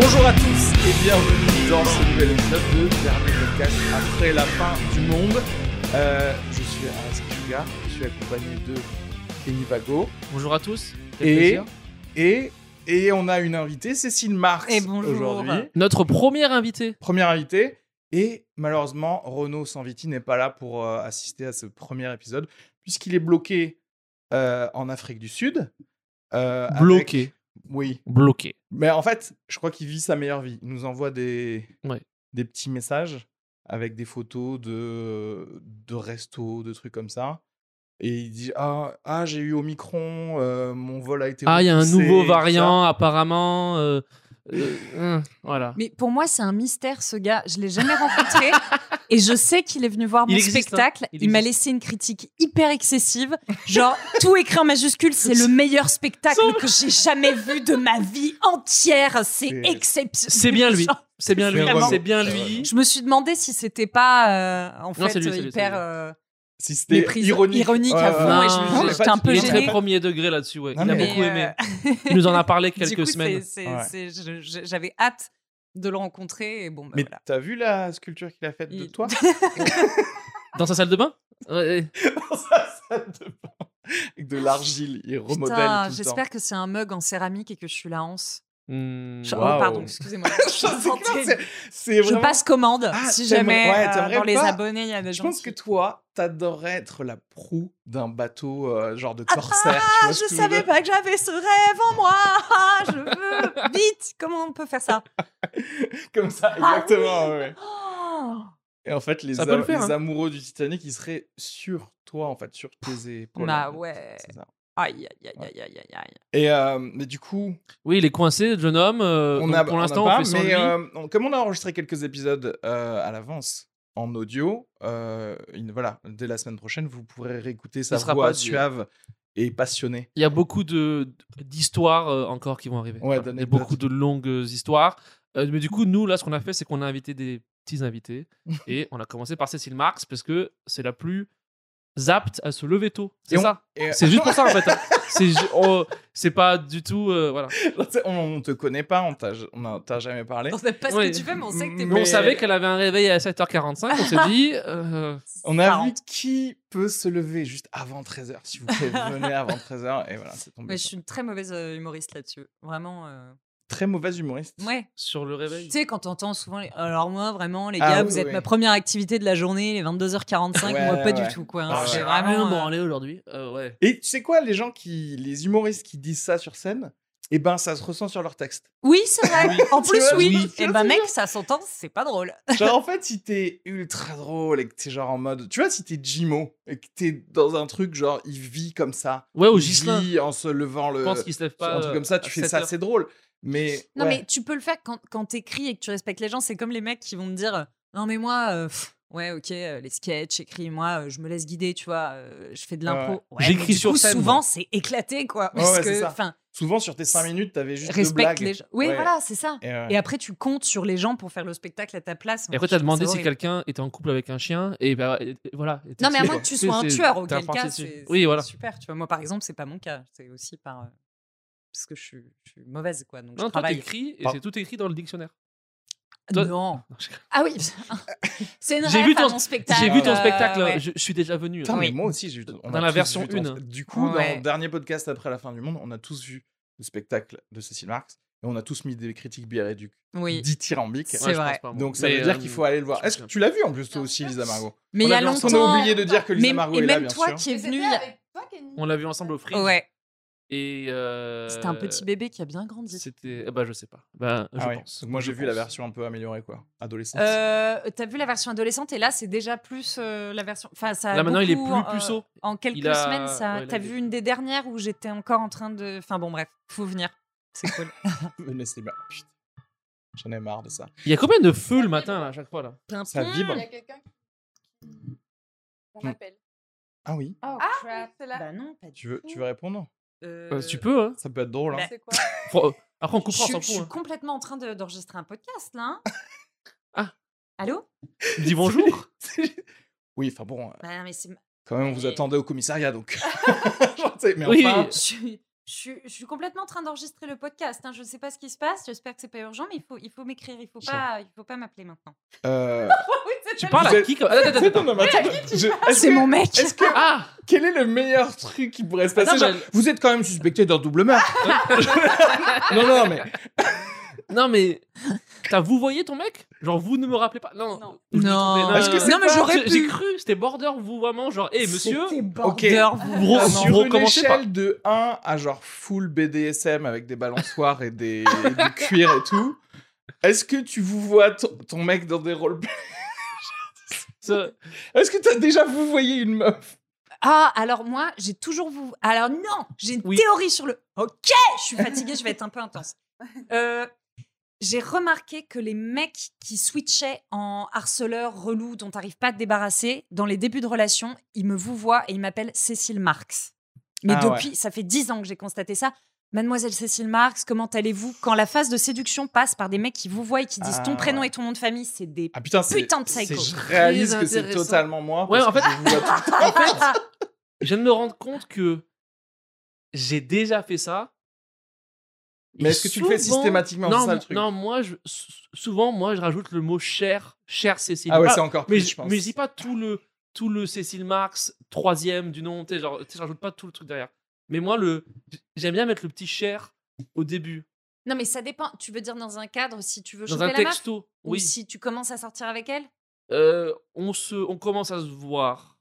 tous et bienvenue dans ce nouvel épisode de Dernier Podcast après la fin du monde. Euh, je suis Aras Sugar, je suis accompagné de Kenny Vago Bonjour à tous. quel et, plaisir. et, et on a une invitée, Cécile Marx Et bonjour. aujourd'hui. notre première invitée. Première invitée. Et malheureusement, Renaud Sanviti n'est pas là pour euh, assister à ce premier épisode puisqu'il est bloqué euh, en Afrique du Sud. euh, avec- Bloqué. Oui. Bloqué. Mais en fait, je crois qu'il vit sa meilleure vie. Il nous envoie des, Ouais. des petits messages avec des photos de, de restos, de trucs comme ça. Et il dit Ah, ah j'ai eu Omicron, euh, mon vol a été. Ah, il y a un repoussé, nouveau tout ça. variant apparemment. euh, euh, hein, voilà. Mais pour moi, c'est un mystère, ce gars. Je l'ai jamais rencontré. et je sais qu'il est venu voir mon Il existe, spectacle. hein. Il Il, m'a existe. laissé une critique hyper excessive. Genre, tout écrit en majuscule, c'est le meilleur spectacle que j'ai jamais vu de ma vie entière. C'est C'est- exceptionnel. C'est bien lui. Genre, C'est bien lui. Vraiment. C'est bien Ouais, lui. Je me suis demandé si c'était pas, euh, en Non, fait, c'est lui, c'est lui, c'est hyper lui. euh, Si c'était méprisant- ironique. ironique Ouais, à ouais, fond. ouais. et Non, je- mais j'étais pas- un peu Il est gêné. très premier degré là-dessus. Ouais. Non, Il a mais- beaucoup Mais, aimé. euh, Il nous en a parlé quelques du coup, c'est- semaines. c'est- Ouais. c'est- je- je- J'avais hâte de le rencontrer. Et bon, bah, Mais voilà. t'as vu la sculpture qu'il a faite de Il- toi Dans sa salle de bain Ouais. Dans sa salle de bain. Avec de l'argile, il remodèle tout Putain, le temps. Mmh. j'espère que c'est un mug en céramique et que je suis la hanse. Hmm, Je- oh, Waouh. pardon, excusez-moi. Je sais Je que sentais- c'est- C'est je vraiment. passe commande Ah, si t'aimerais- jamais ouais, euh, t'aimerais dans les pas. abonnés il y a des Je gens. pense que qui- toi, t'adorerais être la proue d'un bateau euh, genre de corsaire. tu Ah, vois ce je que veux savais dire pas que j'avais ce rêve en moi. Ah, Je veux vite. Comment on peut faire ça Comme ça, Ah exactement. ouais, ouais. Oh. Et en fait, les, Ça peut le am- faire, les hein. amoureux du Titanic, ils seraient sur toi, en fait, sur Ah, tes épaules. Bah en fait. ouais. C'est ça. Aïe aïe aïe aïe aïe aïe. aïe. Et euh, mais du coup, Oui, il est coincé, le jeune homme. euh, on donc a, pour on a l'instant, on, pas, fait sans mais lui. euh, on- comme on a enregistré quelques épisodes euh, à l'avance en audio, euh, une- voilà, dès la semaine prochaine, vous pourrez réécouter sa sera voix pas du- suave et passionnée. Il y a beaucoup de d'histoires euh, encore qui vont arriver. Ouais, Il y a d'anecdotes. beaucoup de longues histoires. Euh, mais du coup, nous, là, ce qu'on a fait, c'est qu'on a invité des petits invités. et on a commencé par Cécile Marx parce que c'est la plus apte à se lever tôt. Et C'est on- Euh, ça. Et- C'est juste pour ça, en fait. hein. C'est ju- oh, c'est pas du tout. euh, voilà. on, on te connaît pas, on t'a on a- t'a jamais parlé. On sait pas ce Ouais. que tu fais, mais on sait que t'es Mais- Mais bon. on savait qu'elle avait un réveil à 7h45. On s'est dit. euh, On a Marrant. vu qui peut se lever juste avant 13h. S'il vous plaît, venez avant 13h. Et voilà, c'est tombé. Mais je sur- suis une très mauvaise euh, humoriste là-dessus. Vraiment. euh, Très mauvais humoriste. Ouais. sur le réveil. Tu sais, quand t'entends souvent. les- Alors, moi, vraiment, les Ah gars, oui, vous oui, êtes oui. ma première activité de la journée, les 22h45. Ouais, moi, ouais, pas ouais. du tout, quoi. hein. Ah, C'est j'ai vraiment. euh, aller aujourd'hui. Euh, ouais. Et tu sais quoi, les gens qui. Les humoristes qui disent ça sur scène, eh ben, ça se ressent sur leur texte. Oui, c'est vrai. En plus, vois, oui. oui. Tu Et vois, bah, c'est mec, bien. ça s'entend, c'est pas drôle. Genre, en fait, si t'es ultra drôle et que t'es genre en mode. Tu vois, si t'es Jimo et que t'es dans un truc genre, il vit comme ça. Ouais, au il Gislin. vit en se levant le. Je pense qu'il se lève pas. euh, un truc comme ça, tu fais ça, c'est drôle. Mais. Non, ouais. mais tu peux le faire quand, quand t'écris et que tu respectes les gens. C'est comme les mecs qui vont me dire euh, Non, mais moi, euh, pff, ouais, ok, euh, les sketchs, écris, moi, euh, je me laisse guider, tu vois, euh, je fais de l'impro. Ouais, J'écris mais du sur coup, scène, Souvent, moi. c'est éclaté, quoi. Ouais, Parce ouais, c'est que, ça. enfin, Souvent, sur tes 5 minutes, t'avais juste deux blagues. respecte les gens. Oui, Ouais. voilà, c'est ça. Et, euh, ouais. Et après, tu comptes sur les gens pour faire le spectacle à ta place. Et Moi, après, je t'as trouve demandé ça si horrible. quelqu'un était en couple avec un chien, et ben et- et voilà. Et t'es- Non, mais à c'est- moins que tu c'est- sois un c'est- tueur, t'es un auquel parti cas, dessus. c'est Oui, c'est voilà. super. Tu vois, moi, par exemple, c'est pas mon cas. C'est aussi par. euh, parce que je suis, je suis mauvaise, quoi. Donc, je Non, toi, travaille. t'écris, et Par- c'est tout écrit dans le dictionnaire. toi- Non. Non, je- Ah oui. C'est une J'ai ref vu ton- à mon spectacle. J'ai vu ton euh, spectacle, hein. ouais. je, je suis déjà venu. Putain, hein. mais Oui. moi aussi, j'ai eu- on Dans a la tous version vu ton- une. Du coup, dans Ouais. le dernier podcast après la fin du monde, on a tous vu le spectacle de Cécile Marx et on a tous mis des critiques biéréduques Oui. dithyrambiques. C'est vrai. pas, moi. Donc ça Mais, veut dire euh, qu'il faut aller le voir. je me Est-ce que souviens tu l'as vu en plus toi Bien aussi, sûr. Lisa Margot Mais On il y l'a a vu longtemps. ensemble. On a oublié de dire que Lisa Mais- Margot et est là, même bien toi sûr. qui es venu. il y a- avec toi, Kenny. On l'a vu ensemble au frigo. Ouais. Et. euh, C'était un petit bébé qui a bien grandi. C'était. eh ben, je sais pas. Ben, je Ah ouais. pense. Moi j'ai Je vu la pense. version un peu améliorée quoi, adolescente. Euh, T'as vu la version adolescente et là c'est déjà plus euh, la version. Enfin, ça a Là, maintenant, il est beaucoup, plus euh, puceau. En quelques Il a- semaines, ça. ouais, il a T'as des- vu une des dernières où j'étais encore en train de. Enfin bon, bref, faut venir. C'est cool. Mais c'est bien. Putain. J'en ai marre de ça. Il y a combien de feux le matin, là, à chaque fois, là Ça vibre. Il y a quelqu'un qui. On appelle. Ah oui. Ah, c'est là. Bah non, pas du Tu veux tu veux répondre Euh, Euh, Tu peux, hein Ça peut être Bah. drôle. hein. C'est quoi Fro- Après, on Je comprend, suis, on je suis s'en fout. hein. complètement en train de- d'enregistrer un podcast là. hein. Ah. Allô hein. Dis bonjour. Oui, enfin bon, euh, Bah non, mais c'est. quand même vous Mais- attendez au commissariat donc. Genre, tu sais, mais Oui. enfin, Bah, Je suis, je Je suis, je suis complètement en train d'enregistrer le podcast. hein. Je ne sais pas ce qui se passe. J'espère que c'est pas urgent, mais il faut, il faut m'écrire. Il faut Sure. pas, il faut pas m'appeler maintenant. Euh, Oui, c'est Tu ça. parles Vous à êtes- qui comme- Attends, attends, non, attends. non, mais attends, je- est-ce C'est que- mon Ah, mec. Est-ce que Ah quel est le meilleur truc qui pourrait se passer Attends, Genre, mais- Vous êtes quand même suspecté d'un double meurtre. non, non, mais Non, mais. Putain, vous voyez ton mec Genre, vous ne me rappelez pas Non. Non. je l'ai Non. trouvé- Est-ce que c'est Non, mais pas- j'aurais J'ai- J'ai pu. cru, c'était border, vous vraiment, genre, hé monsieur, C'était Ok. bordel. vous- gros, sur vous une recommencez pas. échelle de 1 à genre full BDSM avec des balançoires et, des, et du cuir et tout, est-ce que tu vous vois ton, ton mec dans des rôles Ce- Est-ce que t'as déjà vous voyez une meuf Ah, alors moi, j'ai toujours vous. Alors non, j'ai une Oui. théorie sur le. Ok, je suis fatiguée, je vais être un peu intense. Euh, j'ai remarqué que les mecs qui switchaient en harceleurs relous dont t'arrives pas à te débarrasser, dans les débuts de relation, ils me vous voient et ils m'appellent Cécile Marx. Mais Ah ouais. depuis, ça fait dix ans que j'ai constaté ça. Mademoiselle Cécile Marx, comment allez-vous Quand la phase de séduction passe par des mecs qui vous voient et qui disent Ah ton prénom ouais. et ton nom de famille, c'est des. Ah putain, c'est. Putain de c'est- psycho. Je réalise Très que c'est intéressant. totalement moi. Ouais, parce en fait- que je vous vois tout le temps. En fait, je viens de me rendre compte que j'ai déjà fait ça. Mais est-ce que tu le fais Souvent- systématiquement non, C'est ça le m- truc. Non, moi, je, sou- souvent, moi, je rajoute le mot cher, cher Cécile. ah ouais, Pas- c'est encore mais, plus, je pense. mais je dis pas tout le, tout le Cécile Marx, troisième du nom, tu sais, genre, tu sais, je rajoute pas tout le truc derrière. Mais moi, le, j'aime bien mettre le petit cher au début, Non, mais ça dépend. Tu veux dire dans un cadre si tu veux dans choper un la meuf texto. Ou Oui. si tu commences à sortir avec elle Euh, on, se, on commence à se voir.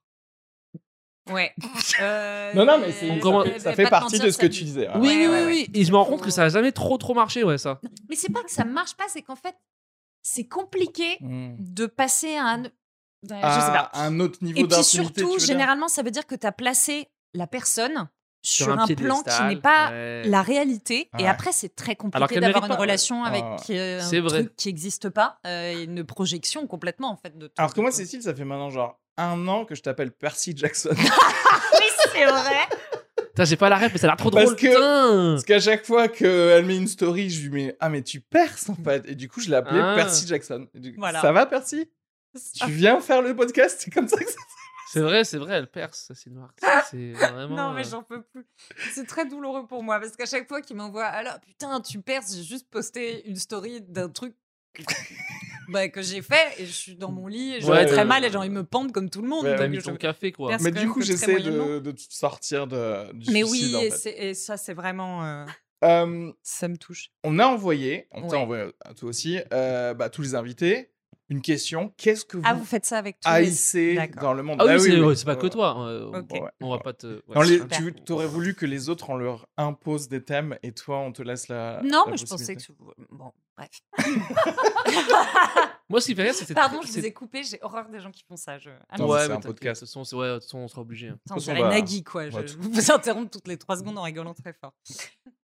Ouais. Euh, Non, non, mais c'est- On ça, commence- fait, je ça vais fait pas te partie mentir, de ce ça que dit. tu disais. Ah ouais. oui, oui, ouais, ouais, oui, oui. Et je me rends compte que ça a jamais trop, trop marché, ouais, ça. Mais c'est pas que ça marche pas, c'est qu'en fait, c'est compliqué Hmm. de passer à un. je sais À pas. un autre Ah, niveau Et puis d'intimité, tu veux surtout, dire généralement, ça veut dire que tu as placé la personne sur, un, plan qui piédestal, n'est pas ouais. la réalité. Ouais. Ah. Et après, c'est très Alors compliqué qu'elle d'avoir mérite une pas. relation avec euh, C'est un vrai. truc qui n'existe pas. euh, et une projection complètement, en fait. De Alors que moi, Cécile, ça fait maintenant genre un an que je t'appelle Percy Jackson. Oui, c'est vrai. Putain, j'ai pas la ref, mais ça a l'air trop Parce drôle. que- putain. Parce qu'à chaque fois qu'elle met une story, je lui mets Ah, mais tu perces en fait. Et du coup, je l'appelais Ah. Percy Jackson. Et du- Voilà. Ah. Ça va, Percy Tu viens faire le podcast C'est comme ça que ça. C'est vrai, c'est vrai, elle perce, ça, c'est noir. C'est vraiment. Ah Non, mais euh, j'en peux plus. C'est très douloureux pour moi parce qu'à chaque fois qu'il m'envoie Alors, putain, tu perds, j'ai juste posté une story d'un truc que- bah, que j'ai fait et je suis dans mon lit et je Ouais, vais très t'as- mal et genre ils me pendent comme tout le monde. Ouais, T'as ouais, donc mis je- ton café, quoi. Perce. Mais C'est du quand coup, même que très j'essaie de, moyennement. de te sortir de, du Mais suicide, oui, en et, fait. c'est- et ça, c'est vraiment. euh, Euh, ça me touche. on a envoyé, on t'a Ouais. envoyé à toi aussi, euh, bah, tous les invités, une question. Qu'est-ce que vous, Ah, vous faites ça avec tous les. haïssez D'accord. dans le monde Ah oui, Bah c'est oui. c'est pas que toi. euh, Ok. Ouais. On va pas te. ouais, Dans les- super. tu aurais voulu que les autres, on leur impose des thèmes et toi, on te laisse la. Non, la mais je pensais que. possibilité. Bon, bref. Moi, ce qui me fait rire, c'est que c'est. Pardon, je c'est- vous ai coupé, j'ai horreur des gens qui font ça. Je... Ah Non, non, mais Ouais, c'est mais un t'inquiète, podcast. De toute façon, ouais, de toute façon, on sera obligé. hein. putain, on façon, on dirait va- Nagui, quoi. on va Je, je tout- vous interromps toutes les trois secondes en rigolant très fort.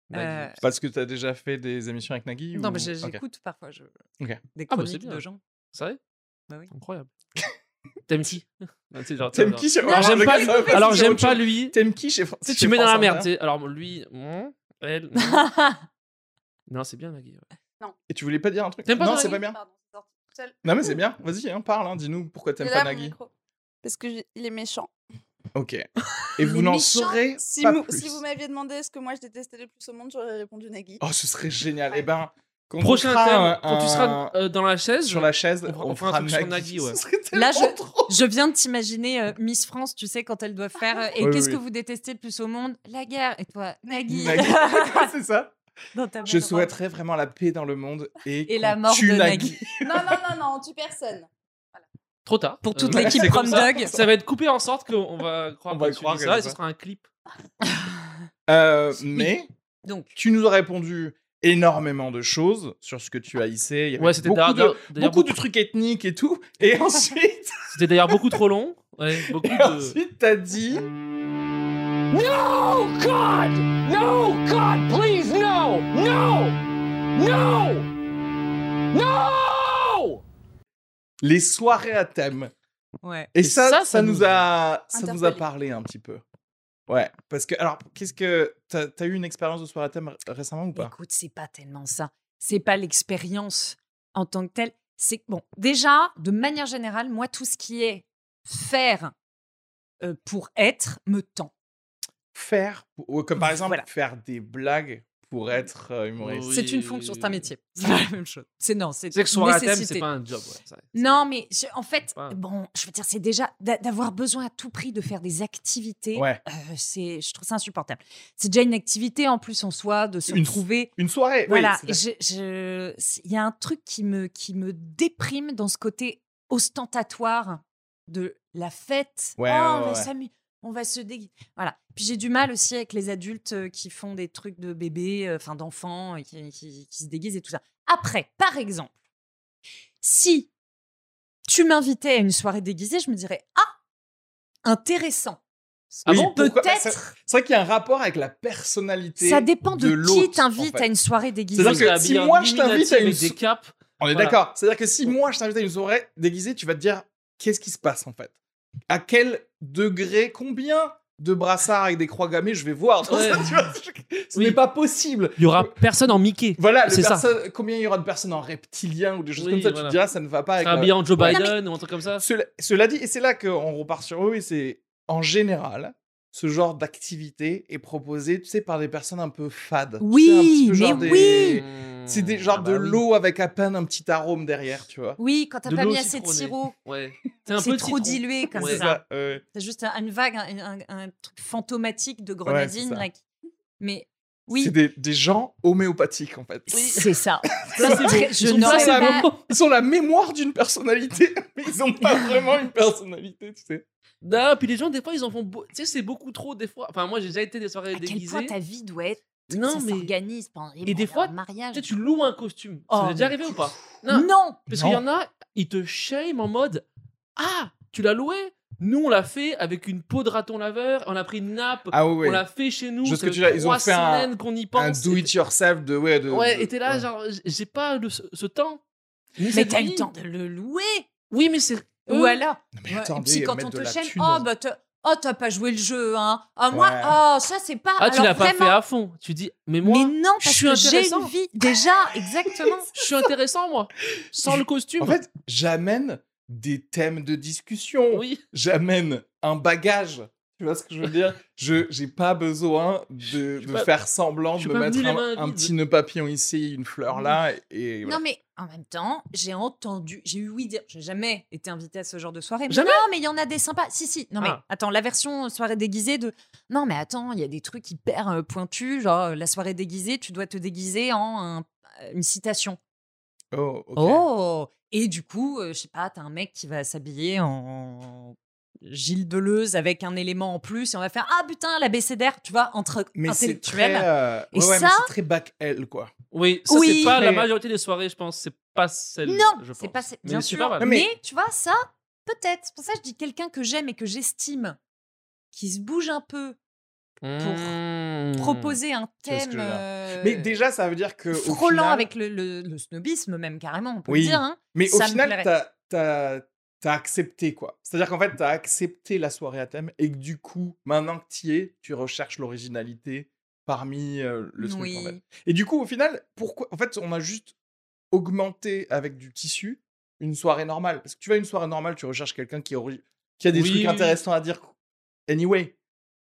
Vas-y. Euh, Parce que t'as déjà fait des émissions avec Nagui Non, ou- mais j'ai- Ok. j'écoute parfois je... des Ah, bah, chroniques c'est bien. de gens. Sérieux Bah oui. Incroyable. T'aimes qui Non, c'est genre- T'aimes genre- qui chez- Alors, le j'aime gars, pas, ça va lui- alors, passer j'aime autre chose. pas lui. Tu T'aimes qui chez Fran- sais, chez tu mets dans la France merde. Inter tu sais. Alors, lui, hmm, elle. hmm. Non, c'est bien, la gueule. Et tu voulais pas dire un truc T'aimes pas Non, Nagui c'est pas bien. Pardon, c'est sorti tout seul. Non, mais c'est bien. Vas-y, hein, parle. hein, Dis-nous pourquoi Il t'aimes est pas là, mon Nagui. micro. Parce que j'ai- il est méchant. Ok. Et vous est n'en méchant. saurez Si, pas vous- plus. si vous m'aviez demandé ce que moi je détestais le plus au monde, j'aurais répondu Nagui. Oh, ce serait génial. Eh ben, quand Prochain on fera thème, un- quand tu un- seras euh, dans la chaise. sur la chaise, on fera- on fera un fera truc sur Nagui. Nagui, ouais. Ce serait tellement Là, je- trop. Je viens de t'imaginer euh, Miss France, tu sais, quand elle doit faire. euh, et Oui, qu'est-ce oui. que vous détestez le plus au monde La guerre. Et toi, Nagui. Nagui. c'est ça. Dans Ah, ta Je belle robe. souhaiterais vraiment la paix dans le monde et, Et la qu'on mort tue de Nagui. Non, non, non, non, on tue personne. Trop tard. Pour toute Euh, l'équipe c'est comme Prom ça. Dog. Ça va être coupé en sorte qu'on va croire On va que tu croire dis que ça c'est et ce ça. sera un clip. Euh, mais Donc, tu nous as répondu énormément de choses sur ce que tu haïssais. Il y avait Ouais, c'était beaucoup d'ailleurs de- d'ailleurs- d'ailleurs beaucoup beaucoup, de trucs ethniques et tout. Et ensuite, c'était d'ailleurs beaucoup trop long. Ouais, beaucoup et de. ensuite t'as dit. No, Oh God! No, God, please, no! No! No! No! les soirées à thème. ouais. Et, ça, ça, ça, ça nous nous a, ça nous a Interpellés. parlé un petit peu. Ouais, parce que alors, qu'est-ce que t'as as eu une expérience de soirée à thème ré- récemment ou pas Écoute, c'est pas tellement ça. C'est pas l'expérience en tant que telle. C'est bon. Déjà, de manière générale, moi, tout ce qui est faire euh, pour être me tend. faire, pour- ou comme par exemple Voilà. faire des blagues pour être euh, humoriste. Oui. C'est une fonction, c'est un métier. C'est pas la même chose. C'est non, c'est C'est que une soir à thème, c'est nécessité. pas un job. ouais, ça- Non, mais je- en fait, Pas- bon, je veux dire, c'est déjà d'a- d'avoir besoin à tout prix de faire des activités. Ouais. euh, c'est, je trouve ça insupportable. C'est déjà une activité en plus en soi de se Une- retrouver. Une soirée. voilà, Oui, c'est- je- je- c'est- il y a un truc qui me, qui me déprime dans ce côté ostentatoire de la fête. Ouais, Oh, ouais, on va ouais, ouais. s'amu- on va se déguiser. Voilà. Puis j'ai du mal aussi avec les adultes euh, qui font des trucs de bébés, euh, enfin d'enfants, et qui, qui- qui se déguisent et tout ça. Après, par exemple, si tu m'invitais à une soirée déguisée, je me dirais Ah, intéressant. Ah Oui, bon pourquoi- bah, ça- Peut-être. C'est vrai qu'il y a un rapport avec la personnalité. Ça dépend de, qui l'autre, en t'invite fait. à une soirée déguisée. C'est-à-dire que Ils sont si habillés en moi, je t'invite Illuminati à une avec des sou- capes, On est Voilà. d'accord. C'est-à-dire que si moi je t'invite à une soirée déguisée, tu vas te dire qu'est-ce qui se passe en fait À quel degré, combien de brassards avec des croix gammées je vais voir dans Ouais. ça, tu vois je- Ce Oui. n'est pas possible. il y aura personne en Mickey. Voilà, le C'est ça. perso- combien il y aura de personnes en reptilien ou des choses Oui, comme ça, tu voilà. te diras ça ne va pas avec. Sera la- habillé en Joe Ouais. Biden ou un truc comme ça. Cela, cela dit, et c'est là qu'on repart sur oui, c'est en général ce genre d'activité est proposé, tu sais, par des personnes un peu fades. Tu Oui, sais, un petit peu mais genre des- oui. C'est des genres Ah bah de oui. l'eau avec à peine un petit arôme derrière, tu vois. Oui, quand t'as De pas l'eau mis assez de citronnée. sirop, Ouais. c'est trop citron. dilué comme Ouais. ça. euh, C'est juste un- une vague, un, un- un truc fantomatique de grenadine. ça. là, qui- Mais oui, C'est des, des gens homéopathiques en fait. c'est ça. Ça, c'est Après, bon. je Ils sont n'aurais pas ça, pas- bon. Ils ont la mémoire d'une personnalité, mais ils n'ont pas vraiment une personnalité, tu sais. Non, Bah, puis les gens, des fois, ils en font. beau- Tu sais, c'est beaucoup trop, des fois. Enfin, moi, j'ai déjà été des soirées À quel point déguisées. ta vie doit être. Non, ça mais. s'organise pendant Et des fois, mariage. Tu sais, tu loues un costume. Oh, ça t'est déjà mais- arrivé ou pas Non, Non. Parce qu'il y en a, ils te shame en mode Ah, tu l'as loué Nous, on l'a fait avec une peau de raton laveur, on a pris une nappe, Ah ouais, on l'a fait chez nous. Je sais ça que fait tu l'as- ils ont trois fait un- semaines qu'on y pense. un do it yourself de ouais de. Ouais, de- et t'es là, ouais. genre, j- j'ai pas le- ce, ce temps. Ni mais cette t'as eu vie. le temps de le louer. Oui, mais c'est. Ou eux, alors. Non, mais Ouais, attendez, et puis quand mettre on de te la chaîne, thune oh dans- bah t'as- oh, t'as pas joué le jeu, hein. Ah, moi, Ouais. oh ça c'est pas. Ah, tu alors l'as pas fait vraiment- à fond. Tu dis, mais moi, mais non, je parce suis que j'ai intéressant. une vie déjà, exactement. je suis intéressant, moi. Sans le costume. En fait, j'amène des thèmes de discussion. oui. J'amène un bagage. Tu vois ce que je veux dire Je j'ai pas besoin de, suis de pas- faire semblant de je suis me pas mettre venu les mains un, un vides. petit nœud papillon ici, une fleur là, et, et voilà. Non, mais en même temps, j'ai entendu, j'ai eu oui dire. J'ai jamais été invitée à ce genre de soirée. Mais Jamais non, mais il y en a des sympas. Si, si. Non, mais Ah. attends, la version euh, soirée déguisée de. Non, mais attends, il y a des trucs hyper euh, pointus. Genre, euh, la soirée déguisée, tu dois te déguiser en un- euh, une citation. Oh, ok. Oh Et du coup, euh, je sais pas, t'as un mec qui va s'habiller en. Gilles Deleuze avec un élément en plus et on va faire ah putain l'abécédaire tu vois entre Mais c'est intellectuel très, euh, Et ouais, ouais, mais ça- c'est très back L quoi. Oui, ça, Oui. c'est pas la Mais- majorité des soirées, je pense. C'est pas celle. Non, je c'est pense. pas c'est- Mais bien c'est sûr. pas mal. Non, mais... mais- tu vois ça, peut-être. C'est pour ça que je dis quelqu'un que j'aime et que j'estime, qui se bouge un peu, Mmh. proposer un Tu vois ce que thème je veux dire. euh, Mais déjà, ça veut dire que. au frôlant final- avec le, le- le snobisme même carrément, on peut Oui. le dire. hein. Mais au ça me final, plairait. t'as, t'as, t'as accepté quoi. C'est-à-dire qu'en fait, t'as accepté la soirée à thème et que du coup, maintenant que t'y es, tu recherches l'originalité parmi euh, le truc. oui. en fait. Et du coup, au final, pourquoi En fait, on a juste augmenté avec du tissu une soirée normale. Parce que tu vas à une soirée normale, tu recherches quelqu'un qui, est ori- qui a des Oui, trucs oui, oui. intéressants à dire. Anyway,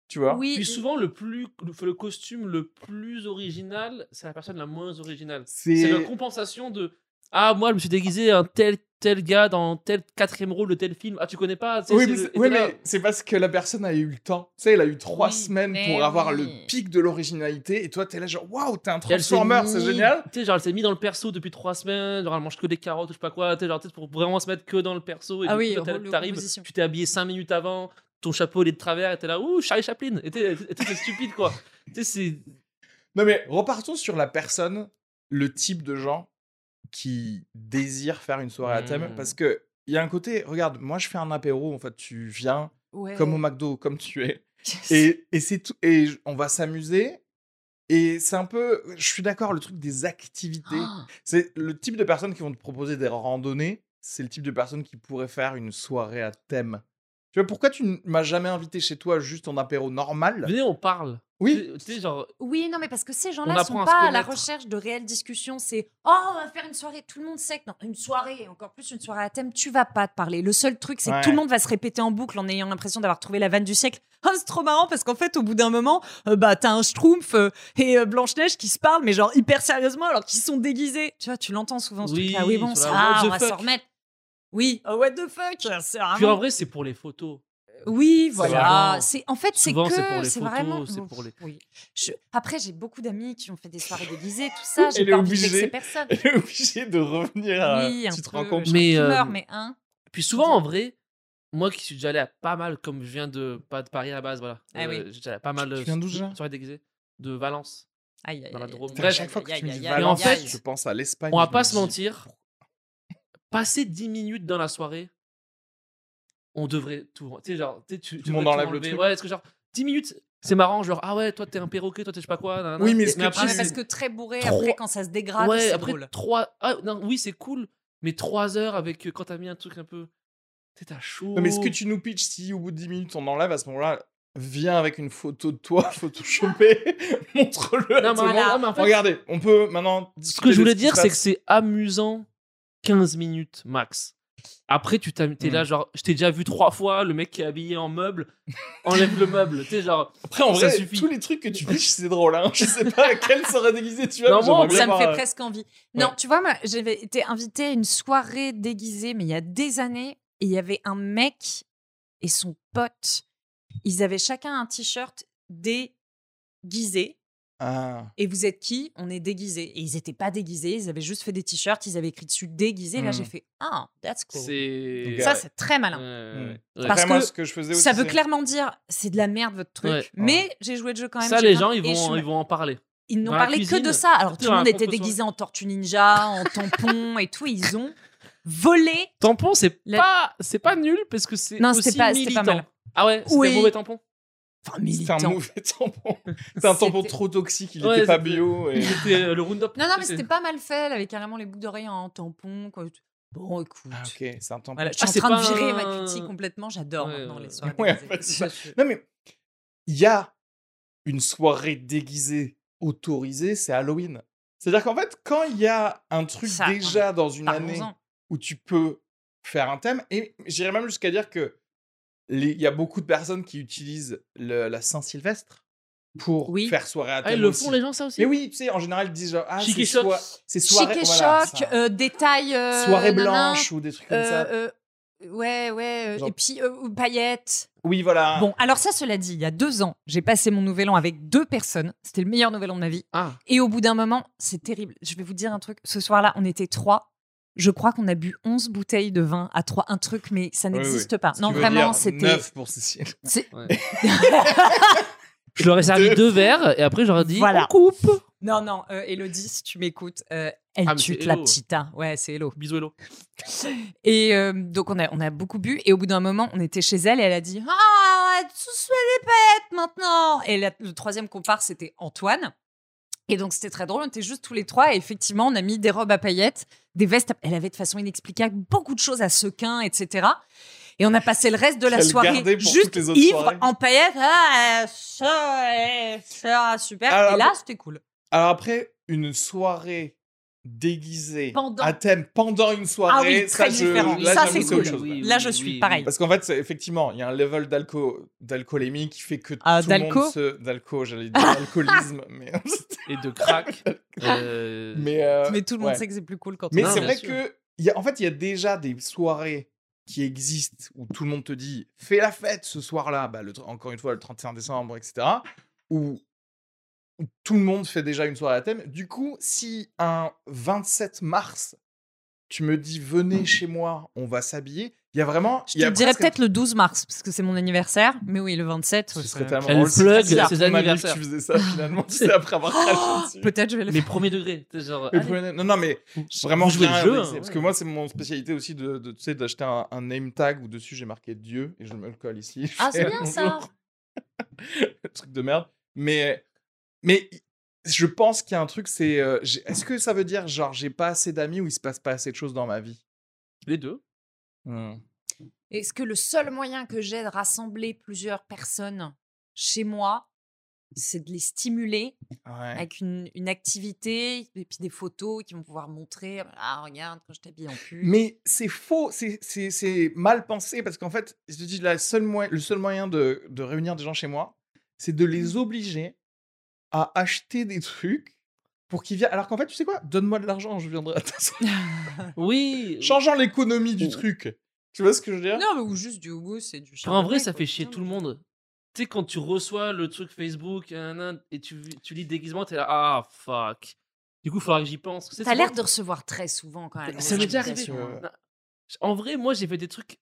tu vois. Oui, Puis souvent, le, plus, le, le costume le plus original, c'est la personne la moins originale. C'est, C'est la compensation de Ah, moi, je me suis déguisé un tel, tel gars dans tel quatrième rôle de tel film. Ah, tu connais pas tu sais, Oui, c'est mais le- c'est- et oui, t'es là, mais c'est parce que la personne a eu le temps. Tu sais, elle a eu trois Oui, semaines mais pour avoir oui. le pic de l'originalité. Et toi, t'es là, genre, waouh, t'es un Et elle s'est Transformer, c'est mis- génial. Tu sais, genre, elle s'est mise dans le perso depuis trois semaines, genre, elle mange que des carottes ou je sais pas quoi, tu sais, genre, tu sais, pour vraiment se mettre que dans le perso. Et Ah du oui, coup, toi, rôle de t'arri- t'arrives, composition. tu t'es habillé cinq minutes avant, ton chapeau il est de travers, et t'es là, ouh, Charlie Chaplin, et t'es et t'es- t'es stupide quoi. tu sais, c'est. Non, mais repartons sur la personne, le type de gens qui désirent faire une soirée à thème. Mm. Parce que il y a un côté, regarde, moi, je fais un apéro. En fait, tu viens Ouais. comme au McDo, comme tu es. Et, et c'est tout. Et j- on va s'amuser. Et c'est un peu, je suis d'accord, le truc des activités. Ah, C'est le type de personnes qui vont te proposer des randonnées, c'est le type de personnes qui pourraient faire une soirée à thème. Tu vois, pourquoi tu ne m'as jamais invité chez toi juste en apéro normal Venez, on parle. Oui. Tu sais, genre, Oui, non, mais parce que ces On gens-là apprend sont à se pas à la connaître. recherche de réelles discussions. C'est oh, on va faire une soirée, tout le monde sait que non, une soirée, et encore plus une soirée à thème, tu vas pas te parler. Le seul truc, c'est Ouais. que tout le monde va se répéter en boucle en ayant l'impression d'avoir trouvé la vanne du siècle. Ah, c'est trop marrant parce qu'en fait, au bout d'un moment, euh, bah t'as un schtroumpf euh, et euh, Blanche-Neige qui se parlent, mais genre hyper sérieusement, alors qu'ils sont déguisés. Tu vois, tu l'entends souvent ce Oui, truc-là. Oui, bon, sur ça la va, what the on va s'en fuck. remettre. Oui, oh, what the fuck, c'est Ah puis en vraiment... vrai, c'est pour les photos. Oui, C'est voilà. vraiment- C'est en fait, c'est souvent, que c'est pour les c'est photos, vraiment. c'est pour les- Oui. Je- Après, j'ai beaucoup d'amis qui ont fait des soirées déguisées, tout ça. J'ai Elle est pas envie de obligée. vexer personne. Elle est obligée de revenir à. Oui, un tu te peu, rends compte je Mais, suis euh, humeur, mais hein. Puis souvent, en vrai, moi qui suis déjà allé à pas mal, comme je viens de, pas de Paris à la base, voilà. Ah oui. Euh, J'ai déjà allé à pas mal de Tu viens d'où, déjà soirées déguisées. De Valence. Aïe, aïe, dans la aïe, Drôme. aïe, Putain, à Bref, chaque fois que aïe, tu me aïe, dis bah, aïe, aïe, Valence, Mais en aïe. fait, je pense à l'Espagne. On va Ah, je pas me se dis- mentir. Passer 10 minutes dans la soirée, on devrait tout. Tu sais, genre, tu sais, tu. Tout tu le monde devrais tout enlève le enlever. truc. Ouais, est-ce que genre, 10 minutes, c'est marrant, genre, ah ouais, toi t'es un perroquet, toi t'es je sais pas quoi. nanana. Oui, mais est-ce que Ah, après, tu- mais c'est- parce que très bourré, Trop- après, quand ça se dégrade, Ouais, c'est après drôle. 3. Ah, non, oui, c'est cool, mais 3 heures avec. euh, Quand t'as mis un truc un peu. Tu sais, t'as chaud. Non, mais ce que tu nous pitches, si au bout de 10 minutes on enlève, à ce moment-là, viens avec une photo de toi photoshopée, montre-le. à Non, mais, tout le en- monde. non, mais en fait, Regardez, on peut maintenant. ce que je voulais dire, c'est que c'est amusant 15 minutes max. Après, tu t'am- t'es Mm. là, genre, je t'ai déjà vu trois fois, le mec qui est habillé en meuble, enlève le meuble. Tu sais, genre, Après, en ça vrai, suffit. tous les trucs que tu pitches, c'est drôle. Hein. Je sais pas à quel sera déguisé tu vas. Non, mais moi, j'aimerais bien Ça me voir, fait euh, presque envie. Non, tu vois, moi, j'avais été invitée à une soirée déguisée, mais il y a des années, et il y avait un mec et son pote. Ils avaient chacun un t-shirt déguisé. Ah. Et vous êtes qui On est déguisés. Et ils n'étaient pas déguisés, ils avaient juste fait des t-shirts, ils avaient écrit dessus déguisé. Là, Hmm. j'ai fait Ah, that's cool. Mmh. c'est. euh, Mmh. Ça, c'est très malin. Ouais, ouais. Parce Après, moi, que ce que je faisais aussi. Ça veut c'est- clairement dire c'est de la merde votre truc, Ouais. mais j'ai joué le jeu quand même. Ça, j'ai les pas- gens, ils et je vont, suis- ils vont en parler. ils n'ont dans la parlé que de cuisine, ça. Alors tout dans le la monde était propre déguisé en tortue ninja, en tampon et tout. Ils ont volé. Tampon, c'est La- pas, c'est pas nul parce que c'est Non, aussi c'était pas- c'était pas militant. mal. Ah ouais, c'était Oui. mauvais tampon. Enfin C'était un militant. mauvais tampon. C'était un tampon C'était- trop toxique, il Ouais, était pas c'était- bio. Et... C'était euh, le roundup. Non non mais c'était pas mal fait. Elle avait carrément les boucles d'oreilles en tampon. quoi. Bon écoute. Ah, ok, c'est un tampon. Voilà, je suis Ah, en c'est train de pas virer ma un- cutie complètement. J'adore Ouais, maintenant ouais. les soirées. Ouais, déguisées. en fait, c'est Non, mais il y a une soirée déguisée autorisée, c'est Halloween. C'est-à-dire qu'en fait, quand il y a un truc Ça, hein. déjà dans une année Parlons-en. où tu peux faire un thème, et j'irais même jusqu'à dire que les- il y a beaucoup de personnes qui utilisent le- la Saint-Sylvestre pour Oui. faire soirée à thème. Ah, ils le aussi. font, les gens, ça aussi Mais oui, tu sais, en général, ils disent genre, ah, Chic c'est et choc. soi- c'est Chic soirée, et voilà, choc, ça. euh, détail. euh, soirée nanan, blanche ou des trucs comme ça. euh, euh, ouais, ouais. euh, Genre- Ah. Et puis, euh, ou paillettes. Oui, voilà. euh, Bon, alors ça, cela dit, il y a deux ans, j'ai passé mon nouvel an avec deux personnes. C'était le meilleur nouvel an de ma vie. Ah, Et au bout d'un moment, c'est terrible. Je vais vous dire un truc. Ce soir-là, on était trois. Je crois qu'on a bu 11 bouteilles de vin à trois. Un truc, mais ça Oui, n'existe oui. pas. Ce qui non, veut vraiment, dire c'était. neuf pour Cécile. je leur ai servi Deux. deux verres et après j'aurais dit Voilà. on coupe. Non, non, euh, Elodie, si tu m'écoutes, euh, elle Ah, mais tue c'est la Hello. petite. hein. Ouais, c'est Hello. Bisous hello. Et euh, donc, on a, on a beaucoup bu. Et au bout d'un moment, on était chez elle et elle a dit Ah, on va tous les bêtes maintenant Et la- le troisième compare, c'était Antoine. Et donc, c'était très drôle. On était juste tous les trois. Et effectivement, on a mis des robes à paillettes, des vestes. à- Elle avait de façon inexplicable beaucoup de choses à sequins, etc. Et on a passé le reste de la Qu'elle soirée gardait pour toutes juste les autres ivre soirées. en paillettes. Ah, ça, eh, ça, super. Alors, et là, c'était cool. Alors après, une soirée déguisée Pendant. à thème pendant une soirée, Ah oui, ça, très je, différent. là, Ça, j'avoue, c'est c'est autre cool. chose. Oui, Là, oui, je oui, suis oui, pareil. oui. Parce qu'en fait, c'est- effectivement, il y a un level d'alco- d'alcoolémie qui fait que Ah, tout le d'alco monde se... D'alco, j'allais dire d'alcoolisme, mais... Et de crack. euh, mais, euh, Mais tout le ouais. monde sait que c'est plus cool quand Mais on Non, c'est bien est- vrai sûr. que, il y a- en fait, il y a déjà des soirées qui existent où tout le monde te dit fais la fête ce soir-là, bah, le tr- encore une fois le 31 décembre, etc. Où, où tout le monde fait déjà une soirée à thème. Du coup, si un 27 mars, tu me dis venez chez moi, on va s'habiller, il y a vraiment. Je il y te a dirais presque- peut-être le 12 mars, parce que c'est mon anniversaire. Mais oui, le 27. Ce ouais, serait ça- tellement Elle drôle si plug tu disais, ses on m'a dit que anniversaires. Tu faisais ça finalement, tu sais, après avoir craché dessus. Peut-être je vais le Mais premier degré. t'es genre, Mais allez, prenez- Non, non, mais vous vraiment jouez jouer le jeu. hein, parce ouais. que moi c'est mon spécialité aussi de, de, tu sais d'acheter un, un name tag où dessus j'ai marqué Dieu et je me le colle ici Je Ah, fais c'est bien ça. bonjour, truc de merde mais mais je pense qu'il y a un truc c'est euh, j'ai- est-ce que ça veut dire genre j'ai pas assez d'amis ou il se passe pas assez de choses dans ma vie les deux. Hmm. Est-ce que le seul moyen que j'ai de rassembler plusieurs personnes chez moi, c'est de les stimuler Ouais. avec une, une activité et puis des photos qui vont pouvoir montrer. Ah, regarde, quand je t'habille en pull. Mais c'est faux, c'est- c'est c'est mal pensé parce qu'en fait, je te dis, la seule mo- le seul moyen de, de réunir des gens chez moi, c'est de Mmh. les obliger à acheter des trucs pour qu'ils viennent. Alors qu'en fait, tu sais quoi Donne-moi de l'argent, je viendrai à ta Mmh. soirée. Oui. Changeant l'économie Mmh. du truc. Tu vois ce que je veux dire Non, mais ou juste du Hugo, c'est du Enfin, en chardonnay, vrai, ça quoi. fait chier Non, tout le mais- monde. Tu sais, quand tu reçois le truc Facebook euh, nan, et tu, tu lis déguisement, t'es là, ah fuck. Du coup, il faudra que j'y pense. Tu sais, T'as souvent, l'air de recevoir très souvent quand même. Ça les m'est déjà invitations, arrivé. hein. En vrai, moi, j'ai fait des trucs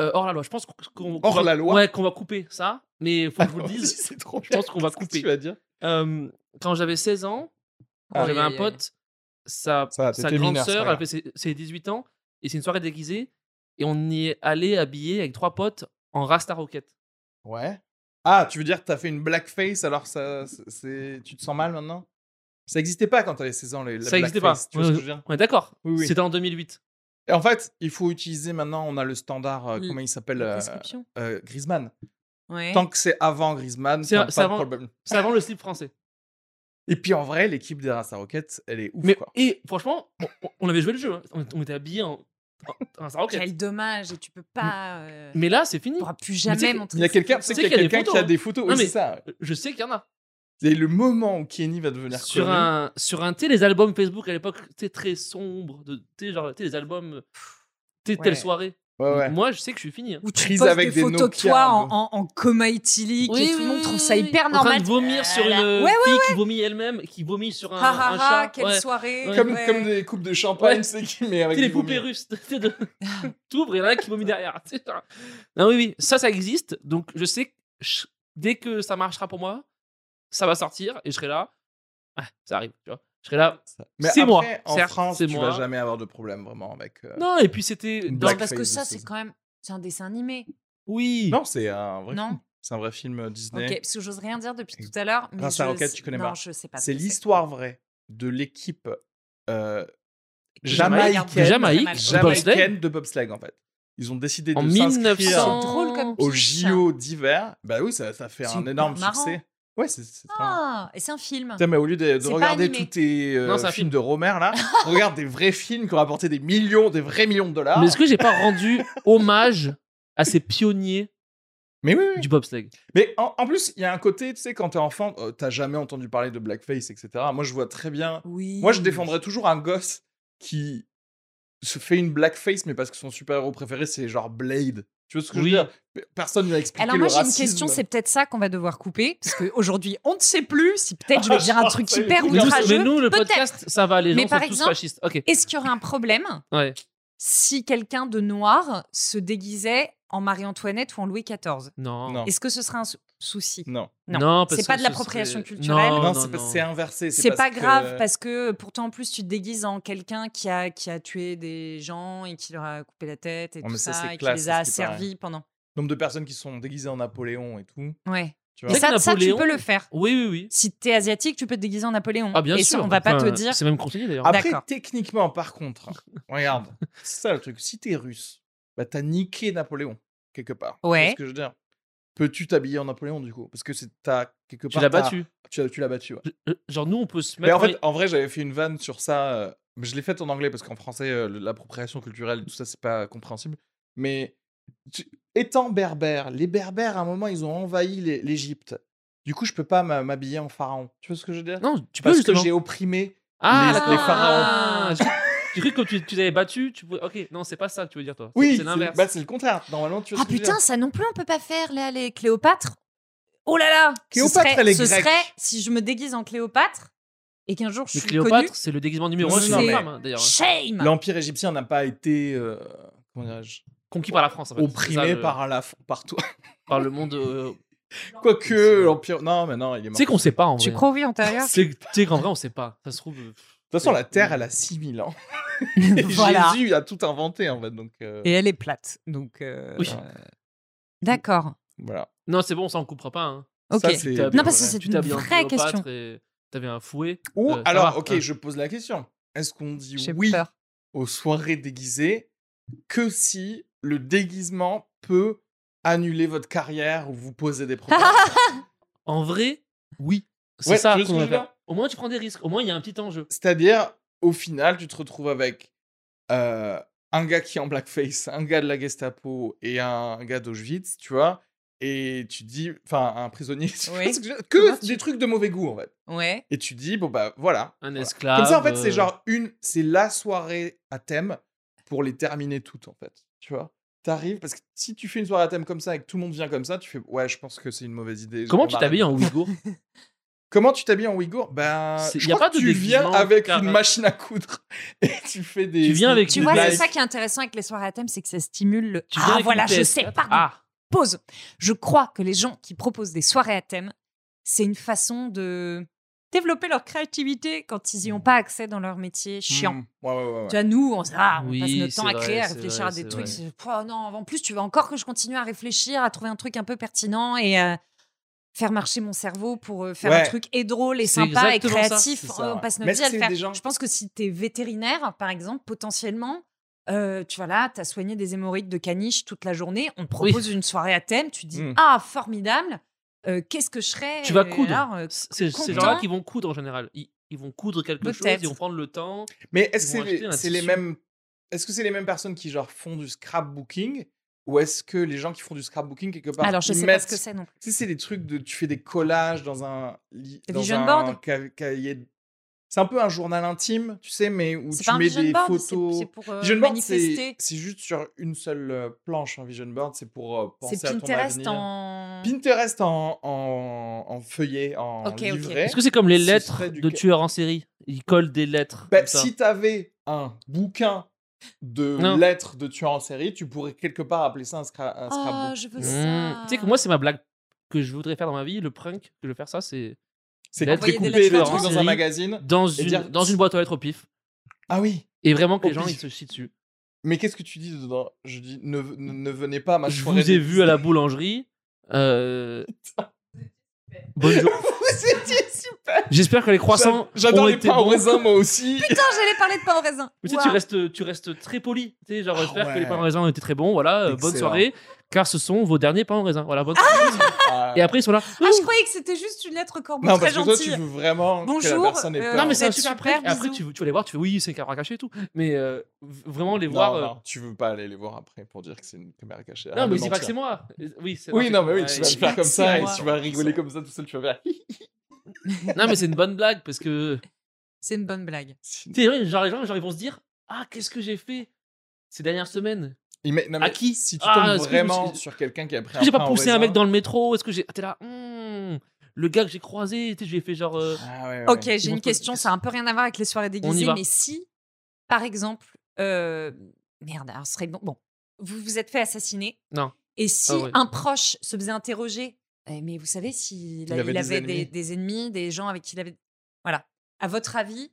euh, hors la loi. Je pense qu'on. qu'on- Hors qu'on va- la loi Ouais, qu'on va couper ça. Mais faut que je vous le dise. C'est trop Je pense qu'on va Qu'est-ce que couper. Tu vas dire Euh, quand j'avais 16 ans, Oh, quand Ah. j'avais Aïe, un aïe, aïe. pote, sa, Ça va, sa t'étais grande Ah, mineur, c'est sœur, pas elle fait ses, ses 18 ans, et c'est une soirée déguisée, et on y est allé habillé avec trois potes en Rasta Rocket. Ouais. Ah, tu veux dire que t'as fait une blackface alors ça, c'est, tu te sens mal maintenant Ça existait pas quand t'avais 16 ans, les, la ça n'existait pas. blackface, Tu vois ce que je veux dire On est d'accord. Oui, oui. C'était en 2008. Et en fait, il faut utiliser maintenant, on a le standard, euh, Le- comment il s'appelle La euh, prescription. euh, Griezmann. Ouais. Tant que c'est avant Griezmann, C'est- t'as pas c'est de avant- problème. C'est avant le slip français. Et puis en vrai, l'équipe des Rasta Rockets, elle est ouf. Mais, quoi. et franchement, on, on- on avait joué le jeu. hein. On, on était habillés en, en Rasta Rocket. Quel dommage, et tu peux Mm. pas. euh, Mais là, c'est fini. Tu pourras plus Mais tu sais jamais que- montrer. Il y a ces quelqu'un, tu photos. sais C'est qu'il y a qu'il y a des quelqu'un qui a photos, hein. des photos. Non, oui, mais- c'est ça. Je sais qu'il y en a. C'est le moment où Kenny va devenir Sur connu. un, sur un, tu sais, les albums Facebook à l'époque, tu sais, très sombre. de- Tu sais, genre, tu sais, les albums, tu sais, telle Ouais. soirée. Ouais, ouais. Moi, je sais que je suis fini. hein. Où tu prise poses avec des des photos de Nokia, toi un en, peu. en, en coma éthylique et tout le monde trouve ça hyper En train normal. de vomir sur Voilà. une Ouais, ouais, fille qui vomit elle-même, qui vomit sur un, Ha ha un ha, chat. quelle ouais. soirée. Ouais. Comme, ouais. comme des coupes de champagne, Ouais. c'est qui mais avec Tu sais, du les vomi. poupées russes, tu sais, de- t'ouvres et il y en a un qui vomit derrière. tu sais, genre. Non, oui, oui, ça, ça existe. Donc, je sais que je- dès que ça marchera pour moi, ça va sortir et je serai là. Ah, ça arrive, tu vois. Je serai là. Mais C'est après, moi, En certes, France, c'est tu moi. vas jamais avoir de problème vraiment avec. euh, Non, et puis c'était. Une dans- Non, blague. parce que Blackface, ça, c'est c'est ça. quand même. C'est un dessin animé. Oui. Non, c'est un vrai. Non. film. C'est un vrai film euh, Disney. Ok, parce que j'ose rien dire depuis tout à l'heure. mais Grâce à je Rocket, sais- tu connais non, pas. je sais pas. ce C'est que l'histoire vraie de l'équipe euh, Jamaïque. jamaïcaine, Jamaïque, Jamaïque. jamaïcaine de bobsleigh en fait. Ils ont décidé En de s'inscrire 1900. C'est drôle comme au pitch. JO d'hiver. Bah oui, ça, ça fait C'est un hyper énorme marrant. succès. Ouais, c'est c'est très marrant. Ah, et c'est un film. Putain, mais au lieu de, de C'est pas regarder animé. tous tes euh, Non, c'est un films film. de Romer là, regarde des vrais films qui ont rapporté des millions, des vrais millions de dollars. Mais est-ce que j'ai pas rendu hommage à ces pionniers Mais oui, oui. du bobsleigh Mais en, en plus, il y a un côté, tu sais, quand t'es enfant, euh, t'as jamais entendu parler de blackface, etc. Moi, je vois très bien Oui. Moi, je défendrais toujours un gosse qui se fait une blackface, mais parce que son super-héros préféré, c'est genre Blade. Tu vois ce que Oui. je veux dire Pe- Personne lui a expliqué Alors le moi j'ai une racisme. question, c'est peut-être ça qu'on va devoir couper, parce qu'aujourd'hui on ne sait plus si peut-être je vais dire un truc Ça y est, hyper mais Mais nous, outrageux. mais nous, le Peut-être. podcast, ça va, les gens Mais sont par tous exemple- fascistes. Ok. Est-ce qu'il y aurait un problème Ouais. si quelqu'un de noir se déguisait en Marie-Antoinette ou en Louis XIV Non. Non. Est-ce que ce serait un sou- souci Non, Non. parce C'est que pas de ce l'appropriation serait- culturelle. non, Eh Non, ben, c'est non, pas- non. c'est inversé. C'est pas parce que- grave parce que euh, pourtant en plus tu te déguises en quelqu'un qui a, qui a tué des gens et qui leur a coupé la tête et Oh, tout mais ça, ça, c'est et qui classe, les a c'est ce qui paraît. asservis pendant. Nombre de personnes qui sont déguisées en Napoléon et tout. Ouais. Tu Mais vois Dès que ça, ça, tu Napoléon- peux le faire. Oui, oui, oui. Si t'es asiatique, tu peux te déguiser en Napoléon. Ah, bien et sûr. ça, on va pas Enfin, te dire. C'est même conseillé d'ailleurs. Après, D'accord. techniquement, par contre, regarde, c'est ça le truc. Si t'es russe, bah t'as niqué Napoléon, quelque part. Tu vois Ouais. ce que je veux dire Peux-tu t'habiller en Napoléon, du coup Parce que c'est- t'as quelque tu part. l'as t'as- battu. Tu l'as- tu l'as battu, ouais. Euh, Genre, nous, on peut se Mais mettre. en fait, en vrai, j'avais fait une vanne sur ça. euh, mais je l'ai faite en anglais parce qu'en français, euh, le- l'appropriation culturelle, et tout ça, c'est pas compréhensible. Mais tu- étant berbère, les berbères, à un moment, ils ont envahi les- l'Égypte. Du coup, je peux pas m'a- m'habiller en pharaon. Tu vois ce que je veux dire Non, tu peux Parce que justement. j'ai opprimé. ah, les- d'accord. les pharaons. Ah, j'ai- J'ai cru que comme tu, tu avais battu, tu pouvais. Ok, non, c'est pas ça que tu veux dire, toi. C'est- Oui, c'est l'inverse. bah, c'est le contraire. Normalement, tu vois Ah ce que je veux putain, dire. ça non plus, on peut pas faire là, les Cléopâtre. Oh là là ce Cléopâtre, serait- elle est Ce grecque. serait si je me déguise en Cléopâtre et qu'un jour je Mais suis connue. Cléopâtre, c'est le déguisement numéro Non, 1 chez non, les mais- femmes, hein, d'ailleurs. Shame L'empire égyptien n'a pas été euh, comment dirais-je, Conquis par la France, en fait. opprimé C'est ça, le- par la par toi. par le monde. euh, Quoique l'empire, non, mais non, il est Tu mort. sais qu'on sait pas, en vrai. Tu crois oui antérieur C'est- Tu sais qu'en vrai, on sait pas. Ça se trouve. euh, De toute façon, la Terre, elle a 6000 ans. Et Voilà. Jésus a tout inventé, en fait. Donc, euh, Et elle est plate. Donc. euh, Oui. D'accord. voilà. Non, c'est bon, ça on coupera pas. hein. Ok. Ça, c'est- Non, non, parce que Ouais. c'est Tu une t'habilles en vraie Cléopâtre question. et T'avais un fouet. Ou Euh, ça alors, va, ok, hein. je pose la question. Est-ce qu'on dit J'ai oui peur. aux soirées déguisées que si le déguisement peut annuler votre carrière ou vous poser des problèmes En vrai, Oui. C'est Ouais, ça tu vois ce qu'on que va je veux faire. Au moins, tu prends des risques. Au moins, il y a un petit enjeu. C'est-à-dire, au final, tu te retrouves avec euh, un gars qui est en blackface, un gars de la Gestapo et un gars d'Auschwitz, tu vois. Et tu dis, enfin, un prisonnier, tu vois Oui. ce que, je- Comment que tu- des trucs de mauvais goût, en fait. Ouais. Et tu dis, bon, bah voilà. Un Voilà. esclave. Comme ça, en fait, c'est euh, genre une, c'est la soirée à thème pour les terminer toutes, en fait. Tu vois T'arrives, parce que si tu fais une soirée à thème comme ça et que tout le monde vient comme ça, tu fais, ouais, je pense que c'est une mauvaise idée. Comment on tu arrête. t'habilles en Ouïghour Comment tu t'habilles en Ouïghour Ben, C'est- je y a crois pas que de tu viens déguisement avec carré. une machine à coudre et tu fais des. Tu viens avec Tu une des vois, c'est blague. lives. ça qui est intéressant avec les soirées à thème, c'est que ça stimule le. Tu viens ah avec voilà, une je PS4. sais, pardon. Ah, Pause. Je crois que les gens qui proposent des soirées à thème, c'est une façon de développer leur créativité quand ils n'y ont pas accès dans leur métier chiant. Mm. Ouais, ouais, ouais, ouais. Tu vois, nous, on, se- ah, on Oui, passe notre c'est temps à vrai, créer, à c'est réfléchir vrai, à des c'est trucs. vrai. c'est- Oh non, en plus, tu veux encore que je continue à réfléchir, à trouver un truc un peu pertinent et à faire marcher mon cerveau pour euh, faire un Ouais. truc et drôle et C'est sympa et exactement ça, créatif. c'est ça, Oh, on ouais. passe Mais est-ce notre vie à que le c'est faire. des gens- Je pense que si tu es vétérinaire, par exemple, potentiellement, euh, tu vois là, tu as soigné des hémorroïdes de caniche toute la journée, on te Oui. Hmm. propose une soirée à thème, tu dis Mm. Ah, formidable, euh, qu'est-ce que je serais tu vas euh, coudre. alors, euh, C'est ces content. gens-là qui vont coudre en général. Ils, ils vont coudre quelque chose, Peut-être. ils vont prendre le temps. Mais est-ce Ils que vont c'est acheter un les, c'est les tissu. mêmes. Est-ce que c'est les mêmes personnes qui, genre, font du scrapbooking ou est-ce que les gens qui font du scrapbooking, quelque part, Alors, je ils sais mettent- pas ce que c'est non plus. Tu sais, c'est des trucs de. Tu fais des collages dans un. li- Le Dans vision un board ca- cahier de- C'est un peu un journal intime, tu sais, mais où C'est tu pas un mets vision des board, c'est- photos. c'est pour euh, Vision board, c'est manifester. c'est juste sur une seule euh, planche. Un vision board, c'est pour euh, penser C'est à ton Pinterest avenir. en. Pinterest en, en, en feuillet, en Ok, ok. livret. Est-ce que c'est comme les Ce lettres serait du de ca- tueurs en série Ils collent des lettres. Bah, comme ça. si t'avais un bouquin de Non. lettres de tueurs en série, tu pourrais quelque part appeler ça un, scra- un Ah, scrapbook. je veux Mmh. ça. Tu sais que moi, c'est ma blague que je voudrais faire dans ma vie. Le prank que je veux faire, ça, c'est C'est lettres découpé envoyer des des lettres trucs en dans un série. magazine. dans Et une, dire- dans une boîte aux lettres au pif. Ah oui. Et vraiment que Au les gens, pif. ils se chient dessus. Mais qu'est-ce que tu dis dedans Je dis ne, ne, ne venez pas à ma Mmh. Je soirée vous ai de- vu à la boulangerie. euh, Bonjour. Vous étiez super. J'espère que les croissants. J'a- J'adore ont les été pains au bons. raisin moi aussi. Putain, j'allais parler de pain au raisin. Mais tu, sais, tu restes, tu restes très poli. Tu sais, genre, Ah j'espère que les ouais. pains au raisin ont été très bons. Voilà, euh, bonne Excellent. soirée. Car ce sont vos derniers pains au raisin. Voilà, bonne soirée. Ah. Et après, ils sont là. Waouh. Ah, je Ouh. croyais que c'était juste une lettre corbeau non, très parce que toi, gentille. tu veux vraiment que la Bonjour, personne ait euh, peur. Non, mais Vous c'est un êtes super super, prank. Et après, bisous. tu, veux- tu vas les voir, tu fais oui, c'est un cabra caché et tout. Mais euh, v- vraiment, les Non, voir. euh, non, tu veux pas aller les voir après pour dire que c'est une caméra cachée. Non, Arrête mais de dis pas que mentir. c'est moi. Oui, c'est Oui, c'est- non, mais oui, ouais, tu vas c'est- le faire comme c'est ça et moi. tu vas rigoler comme ça tout seul, tu vas faire. Non, mais c'est une bonne blague parce que. C'est une bonne blague. Tu sais, genre, les gens, genre, ils vont se dire Ah, qu'est-ce que j'ai fait ces dernières semaines Ima- non, À mais qui Si tu Ah, tombes est-ce que je me vraiment suis- sur quelqu'un qui a pris Est-ce un que j'ai pas pain au poussé un mec raisin- dans le métro Est-ce que j'ai. ah, T'es là, Hmm, le gars que j'ai croisé, tu sais, j'ai fait genre. euh, Ah, ouais, ouais, Ok, ouais. j'ai vont une te poser question, des ça a un peu rien à voir avec les soirées On y déguisées, va. mais si, par exemple, euh, merde, alors ce serait bon, bon, vous vous êtes fait assassiner. Non. Et si Ah ouais. un proche se faisait interroger, eh, mais vous savez, s'il a- il, avait, des, ennemis. des ennemis, des gens avec qui il avait. Voilà. À votre avis,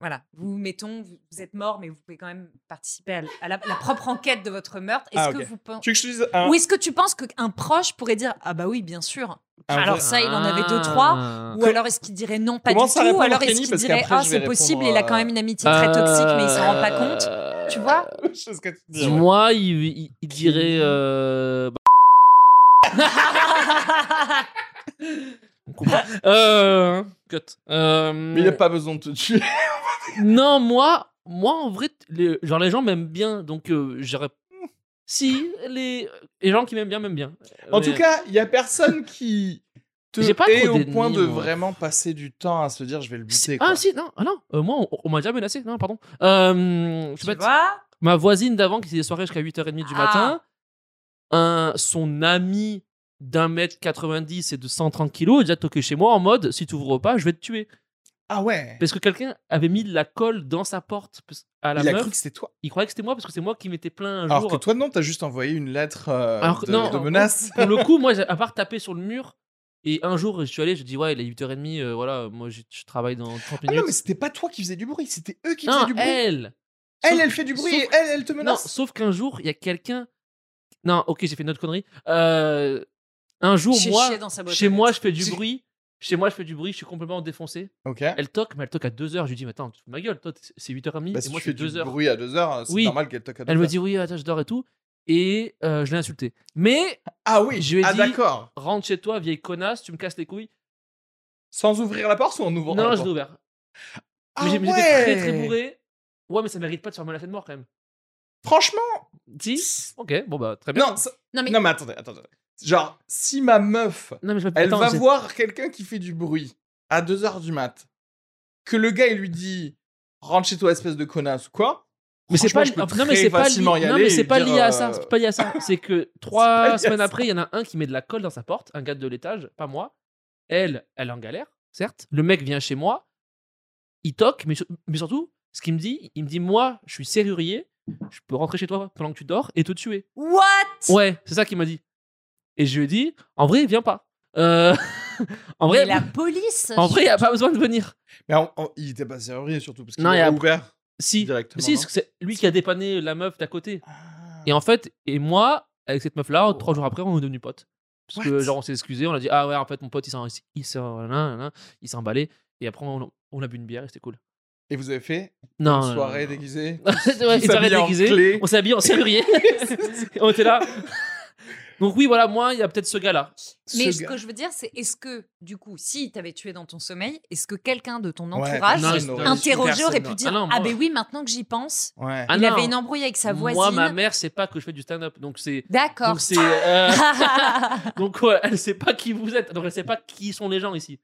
voilà, vous mettons, vous, vous êtes mort, mais vous pouvez quand même participer à, l- à la, la propre enquête de votre meurtre. Est-ce Ah, que ok. vous pensez. Tu veux que je te dise un. Ou est-ce que tu penses qu'un proche pourrait dire Ah bah oui, bien sûr un alors vrai- ça, il en avait deux, Ah. trois. Ou alors est-ce qu'il dirait non, pas Commence du à tout Ou répondre, alors est-ce Kenny, qu'il parce dirait qu'après, ah, je vais c'est possible, répondre, il a quand euh, même une amitié très toxique, mais il s'en rend pas compte. Euh, Tu vois Je sais ce que tu dis. ouais. Moi, il, il- il dirait. euh, On comprend. Euh, cut. Euh, Mais il a pas besoin de te tuer. Non, moi, moi en vrai, t- les, genre les gens m'aiment bien, donc euh, j'aurais. Si les, les gens qui m'aiment bien m'aiment bien. Euh, En Mais- tout cas, il y a personne qui te J'ai pas est trop au d'ennemis, point de moi. vraiment passer du temps à se dire je vais le si- buter. ah quoi. si non ah non euh, moi on, on m'a déjà menacé non pardon euh, je sais Tu pas, vois ma voisine d'avant qui faisait des soirées jusqu'à 8h30 du Ah. matin un son ami d'un mètre 90 et de 130 kilos a déjà toqué chez moi en mode si tu ouvres pas je vais te tuer Ah ouais. parce que quelqu'un avait mis de la colle dans sa porte parce- à la Il a meuf cru que c'était toi. il croyait que c'était moi parce que c'est moi qui m'étais plein un Alors jour que toi, non, t'as juste envoyé une lettre euh, Alors que- de, non. de menace. pour le coup, moi, j'ai- à part taper sur le mur, et un jour, je suis allé, je dis, ouais, il est 8h30, euh, voilà, moi, je, je travaille dans 30 Ah minutes. non, mais c'était pas toi qui faisais du bruit, c'était eux qui Non, faisaient du bruit. elle Elle, Sauf- elle fait du bruit sauf- et elle, elle te Non, menace. sauf qu'un jour, il y a quelqu'un. Non, ok, j'ai fait une autre connerie. Euh, un jour, J'ai moi, chié dans sa boîte chez aux moi, lettres. je fais du Tu- bruit. Chez moi, je fais du bruit, je suis complètement défoncé. Ok. Elle toque, mais elle toque à 2h. Je lui dis, mais attends, tu te fous de ma gueule, toi, t- c'est 8h30, Bah, et si moi, tu je fais fais du 2h. bruit bah. à deux heures, c'est Oui. normal qu'elle toque à deux Elle me heures. dit, oui, attends, je dors et tout. Et euh, je l'ai insulté. Mais Ah oui, Je lui ai ah dit- d'accord. rentre chez toi, vieille connasse, tu me casses les couilles. Sans ouvrir la porte ou en ouvrant Non, la je porte l'ai ouvert. Ah Mais j'ai- mais j'étais très très ouais bourré. Ouais, mais ça mérite pas de faire mal à la fête mort quand même. Franchement, Si Ok, bon bah très bien. non, ça- Non, mais- non, mais attendez, attendez. Genre, si ma meuf Non, mais je Elle attends, va j'ai- voir quelqu'un qui fait du bruit à 2h du mat. Que le gars, il lui dit Rentre chez toi, espèce de connasse ou quoi. Mais c'est Franchement, pas, je peux non, mais très c'est pas, facilement y lié- non, aller mais et c'est pas dire, lié euh, à ça. C'est pas lié à ça. C'est que pas lié à trois semaines ça. après, il y en a un qui met de la colle dans sa porte, un gars de l'étage, pas moi. Elle, elle est en galère, certes. Le mec vient chez moi, il toque, mais, sur- mais surtout, ce qu'il me dit, il me dit Moi, je suis serrurier, je peux rentrer chez toi pendant que tu dors et te tuer. What Ouais, c'est ça qu'il m'a dit. Et je lui ai dit En vrai, viens pas. Euh, en Mais vrai, la police en vrai, il n'y a pas besoin de venir. Mais on- on- il était pas sérieux surtout parce qu'il Non, et a après- ouvert Si, directement. si non parce que c'est lui qui a dépanné la meuf d'à côté. Ah. Oh. Et en fait, et moi, avec cette meuf-là, trois jours après, on est devenus potes. Parce que, What genre, on s'est excusé, on a dit, ah ouais, en fait, mon pote, il s'en- il s'est nan, nan, il s'est emballé. Et après, on, on a bu une bière et c'était cool. Et vous avez fait Non. une soirée déguisée. déguisée une Tous soirée habillés en déguisée. clé. On s'est habillé en serrurier. Et on était là. Donc, oui, voilà, moi, il y a peut-être ce gars-là. Mais Ce ce gars- que je veux dire, c'est est-ce que, du coup, si t'avais tué dans ton sommeil, est-ce que quelqu'un de ton Ouais, entourage, personne je- n'aurait non, interrogé, personne, aurait pu non. dire Ah Ah, non, moi- ben oui, maintenant que j'y pense, Ouais. Ah il non. avait une embrouille avec sa voisine. Moi, ma mère, c'est pas que je fais du stand-up. Donc, c'est. D'accord. Donc, c'est. euh, ah donc, ouais, elle sait pas qui vous êtes. Donc, elle sait pas qui sont les gens ici.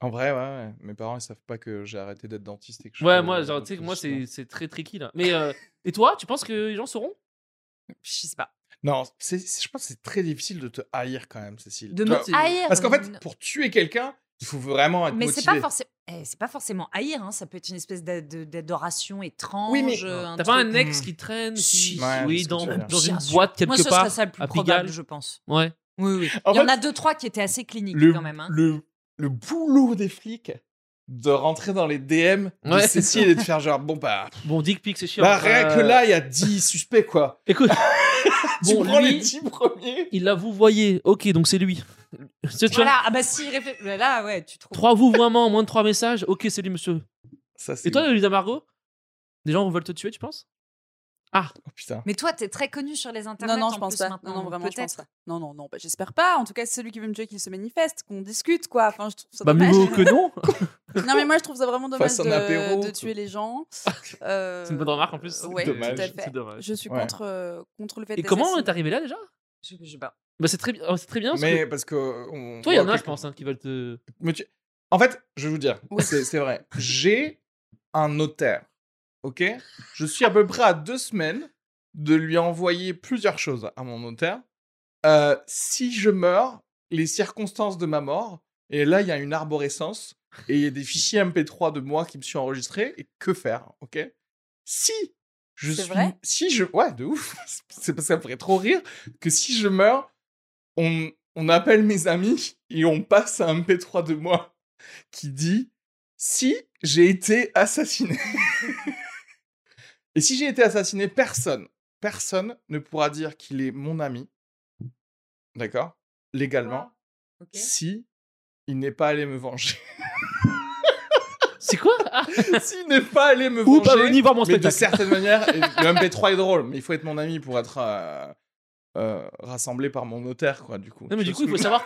En vrai, ouais, ouais. Mes parents, ils savent pas que j'ai arrêté d'être dentiste. Et que je euh, hein. Ouais, fais moi, de genre, tu sais que moi, c'est l'autogestion. c'est très tricky là. Mais euh, et toi, tu penses que les gens sauront Je sais pas. Non, c'est- c'est- je pense que c'est très difficile de te haïr quand même, Cécile. De Toi- me haïr. Parce qu'en non. fait, pour tuer quelqu'un, il faut vraiment être Mm. Mais motivé. c'est pas, forcément c'est pas forcément haïr, hein, ça peut être une espèce d'a- de- d'adoration étrange. Oui, mais- euh, un T'as pas un truc- ex Hmm. qui traîne Si. qui- Ouais, Oui, c'est ce que dans, tu veux dire. dans une Bien sûr. boîte quelque Moi, ce part. serait ça le plus à probable, Pigalle. je pense. Ouais. Oui, oui. En Il y en fait, a deux, trois qui étaient assez cliniques le, quand même. hein. le, le boulot des flics de rentrer dans les DM de Ouais. Cécile et de faire genre bon bah, Bon, Dick Pic, c'est chiant. bah, rien Euh, que là il y a 10 suspects quoi Écoute, tu bon, prends les lui, 10 premiers il a vous voyé. Ok, donc c'est lui. C'est tu vois, Voilà, ah bah si, réfé- là, ouais, tu trouves. Trois vous vraiment, moins de trois messages. Ok, c'est lui, monsieur. ça c'est Et toi, Lisa Margot Des gens veulent te tuer, tu penses oh, putain Mais toi, t'es très connu sur les internets. Non, non, je en pense plus, pas. maintenant, Non, non, donc vraiment, je pense peut-être. pas. Non, non, non, bah, j'espère pas. En tout cas, c'est celui qui veut me tuer qu'il se manifeste, qu'on discute, quoi. Enfin, je trouve ça Bah, mieux dommage. vaut que non. non, mais moi, je trouve ça vraiment dommage Fasse un de, apéro. de tuer les gens. C'est une bonne remarque en plus. Oui, tout Dommage. à fait. C'est dommage. Je suis Ouais. contre, euh, contre le fait Et d'être comment assis. est arrivé là déjà Je, je sais pas. Bah, c'est très, bi- oh, c'est très bien. parce mais parce que on- que- Toi, il y en on- a, je pense, hein, qui veulent te. me tu- en fait je vais vous dire Oui. c'est c'est vrai j'ai un notaire ok je suis à peu près à deux semaines de lui envoyer plusieurs choses à mon notaire Euh, si je meurs les circonstances de ma mort et là il y a une arborescence et il y a des fichiers MP3 de moi qui me suis enregistré et que faire ok si je C'est suis vrai si je ouais de ouf c'est parce que ça me ferait trop rire que si je meurs on on appelle mes amis et on passe un MP3 de moi qui dit si j'ai été assassiné et si j'ai été assassiné personne personne ne pourra dire qu'il est mon ami d'accord Ah, légalement Ok. si il n'est pas allé me venger C'est quoi Ah, s'il n'est pas allé me Ou venger pas venir voir mon mais de spectacle. certaine manière, et le MP3 est drôle, mais il faut être mon ami pour être euh, euh, rassemblé par mon notaire, quoi, du coup. Non, mais Tu du vois coup, ce il faut que- savoir.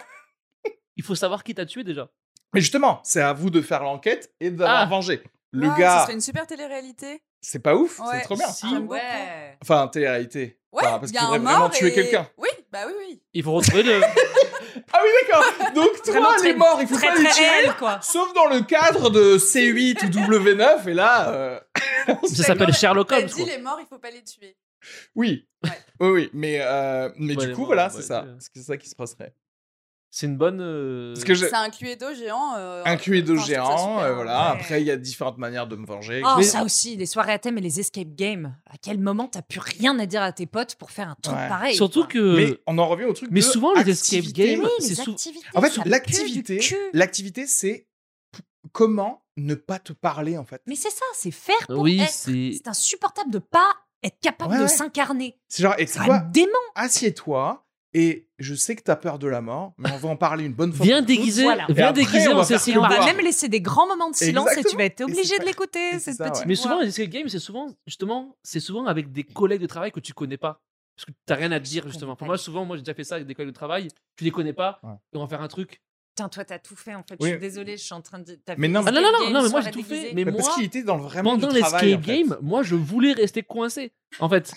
Il faut savoir qui t'a tué déjà. Mais justement, c'est à vous de faire l'enquête et d'avoir Ah. vengé. Le Waouh, Ce gars, serait une super télé-réalité. c'est pas ouf, Ouais. c'est trop bien. Si. Ah J'aime ouais. Enfin, télé-réalité. Ouais, Enfin, Bah, parce il qu'il y a faudrait un vraiment mort tuer et- quelqu'un. Oui, bah oui, oui. Il faut retrouver le. Ah oui, d'accord. Donc, toi, Vraiment les très- morts, il faut très, pas très les tuer. réel, quoi. Sauf dans le cadre de C8 ou W9, et là, euh, Ça s'appelle Sherlock T'as Holmes. dit quoi. les morts, il faut pas les tuer. oui. Ouais. Oui, oui, mais, euh, mais Ouais, du les coup, morts, voilà, ouais, c'est ça. ouais. C'est ça qui se passerait. C'est une bonne. euh, Parce que je- C'est un cluedo géant. euh, un enfin, Cluedo je trouve ça géant, super, euh, hein. voilà. ouais. Après, il y a différentes manières de me venger. Oh, Mais- ça aussi, les soirées à thème et les escape games. À quel moment t'as plus rien à dire à tes potes pour faire un truc Ouais. pareil Surtout quoi. que. Mais on en revient au truc. euh, mais de souvent, les escape activité. games, Oui, c'est les sou- activités. En fait, ça pue du l'activité, cul. l'activité, c'est p- comment ne pas te parler en fait. Mais c'est ça, c'est faire pour Oui, être. c'est. C'est insupportable de pas être capable Ouais, de ouais. s'incarner. C'est genre, et tu C'est vois, un dément. assieds-toi et je sais que t'as peur de la mort, mais on va en parler une bonne fois. Viens déguiser, Voilà. Et viens après, déguiser on en va faire Cécile Et on va Exactement. même laisser des grands moments de silence et tu vas être obligé de pas- l'écouter, et c'est cette ça, petite ouais. Mais souvent, voix. les escape games, c'est souvent, justement, c'est souvent avec des collègues de travail que tu connais pas. Parce que t'as rien à dire, Je justement. connais Pour pas moi, les- souvent, moi, j'ai déjà fait ça avec des collègues de travail. Tu les connais pas, Ouais. et on va faire un truc. Putain, toi, t'as tout fait en fait. Oui. Je suis désolée, je suis en train de. t'as Mais fait non, une mais- Ah non, non, non, game, non, mais moi soirée j'ai tout fait. déguisée. Mais Mais parce moi, qu'il était dans le vraiment pendant du travail, l'escape en fait. game, moi je voulais rester coincé. En fait,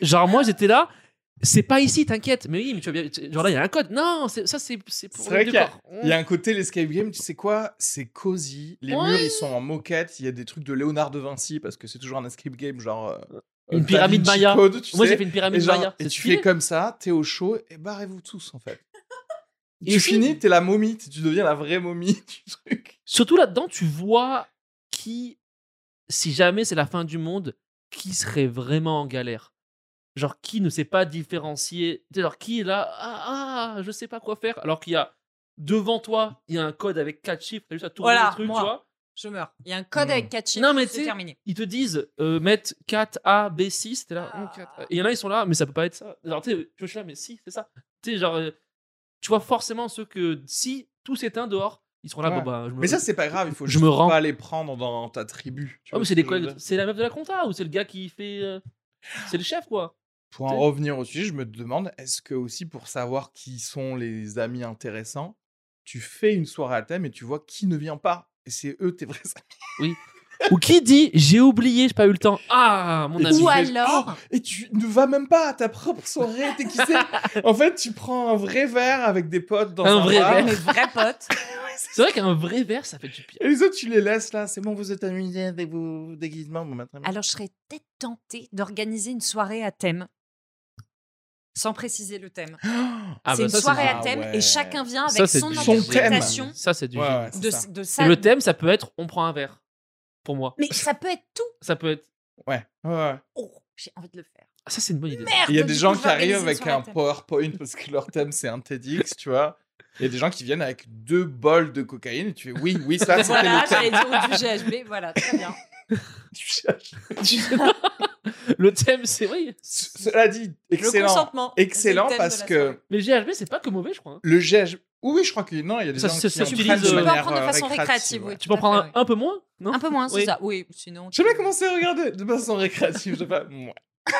genre moi j'étais là, c'est pas ici, t'inquiète. Mais oui, mais tu vois bien, tu- genre là il y a un code. Non, c'est- ça c'est c'est pour C'est le vrai qu'il y a- décor. Il y a un côté l'escape game, tu sais quoi C'est cosy. Les Ouais. murs ils sont en moquette. Il y a des trucs de Léonard de Vinci parce que c'est toujours un escape game genre. euh, Une Da pyramide Vinci Maya. Code, tu Moi sais. j'ai fait une pyramide Et, genre, Maya. et C'est tu stylé. fais comme ça, t'es au chaud, et barrez-vous tous en fait. Et tu si- finis, t'es la momie, tu tu deviens la vraie momie du truc. Surtout là-dedans, tu vois qui, si jamais c'est la fin du monde, qui serait vraiment en galère. Genre qui ne sait pas différencier. Tu sais, Genre qui est là, ah, ah, je sais pas quoi faire. Alors qu'il y a devant toi, il y a un code avec quatre chiffres, t'as juste à tourner Voilà, le truc, moi. tu vois. Je meurs. Il y a un code Mm. avec 4 chiffres. Non, mais tu c'est sais- terminé. Ils te disent, euh, mettre 4A, B6, t'es Ah. Ah. là, hum, euh, 4A. Et il y en a, ils sont là, mais ça peut pas être ça. Genre, tu sais, tu vois, je suis là, mais si, c'est ça. Tu sais, genre, euh, tu vois forcément ceux que, si tout s'éteint dehors, ils seront là, Ouais. bon, bah, je me- Mais ça, c'est pas grave, il faut Je juste me rends. pas les prendre dans ta tribu. tu Oh, vois mais ce que c'est des je veux collègues- dire c'est la meuf de la compta ou c'est le gars qui fait. euh, C'est le chef, quoi. Pour en revenir au sujet, je me demande est-ce que aussi pour savoir qui sont les amis intéressants, tu fais une soirée à thème et tu vois qui ne vient pas et c'est eux tes vrais amis. ou qui dit j'ai oublié, j'ai pas eu le temps. Ah, mon Et ami. tu Ou fais- alors- Oh, et tu ne vas même pas à ta propre soirée déguisée. en fait, tu prends un vrai verre avec des potes dans Un un, vrai bar, verre. Mes vrais potes. C'est vrai qu'un vrai verre, ça fait du pire. Et les autres, tu les laisses là. C'est bon, vous êtes amusés avec vos déguisements. Bon, maintenant, Alors, je serais peut-être tentée d'organiser une soirée à thème. Sans préciser le thème. Ah, c'est bah, une ça, soirée du- à thème Ah ouais. et chacun vient Ça, avec c'est son du- Son thème. interprétation Ça, c'est du Ouais, génie. ouais, c'est de, ça. de Et ça. Le thème, ça peut être on prend un verre. Pour moi. Mais ça peut être tout. Ça peut être. Ouais. ouais, ouais. Oh, j'ai envie de le faire. Ah, ça, c'est une bonne idée. Merde, Il y a du des coup, gens je vais qui arrivent organiser une avec soirée un thème. PowerPoint parce que leur thème c'est un TEDx, tu vois. Il y a des gens qui viennent avec deux bols de cocaïne et tu fais oui, oui, ça c'était le Voilà, j'allais thème. dire du GHB, voilà, très bien. le thème, c'est. Oui. C- Cela dit, Le excellent. consentement. Excellent c'est le thème de parce la soirée. que Mais GHB, c'est pas que mauvais, je crois. hein. le GH. Oui, je crois que non, il y a des Ça, gens ça qui en s'utilise, prennent euh, de Tu peux en manière prendre de euh, façon récréative, oui. ouais. Tu peux en Tout à prendre fait, un, un peu moins Non Un peu moins, c'est Oui. ça. Oui, sinon. J'ai pas commencé à regarder de façon récréative. J'ai pas. Mouais.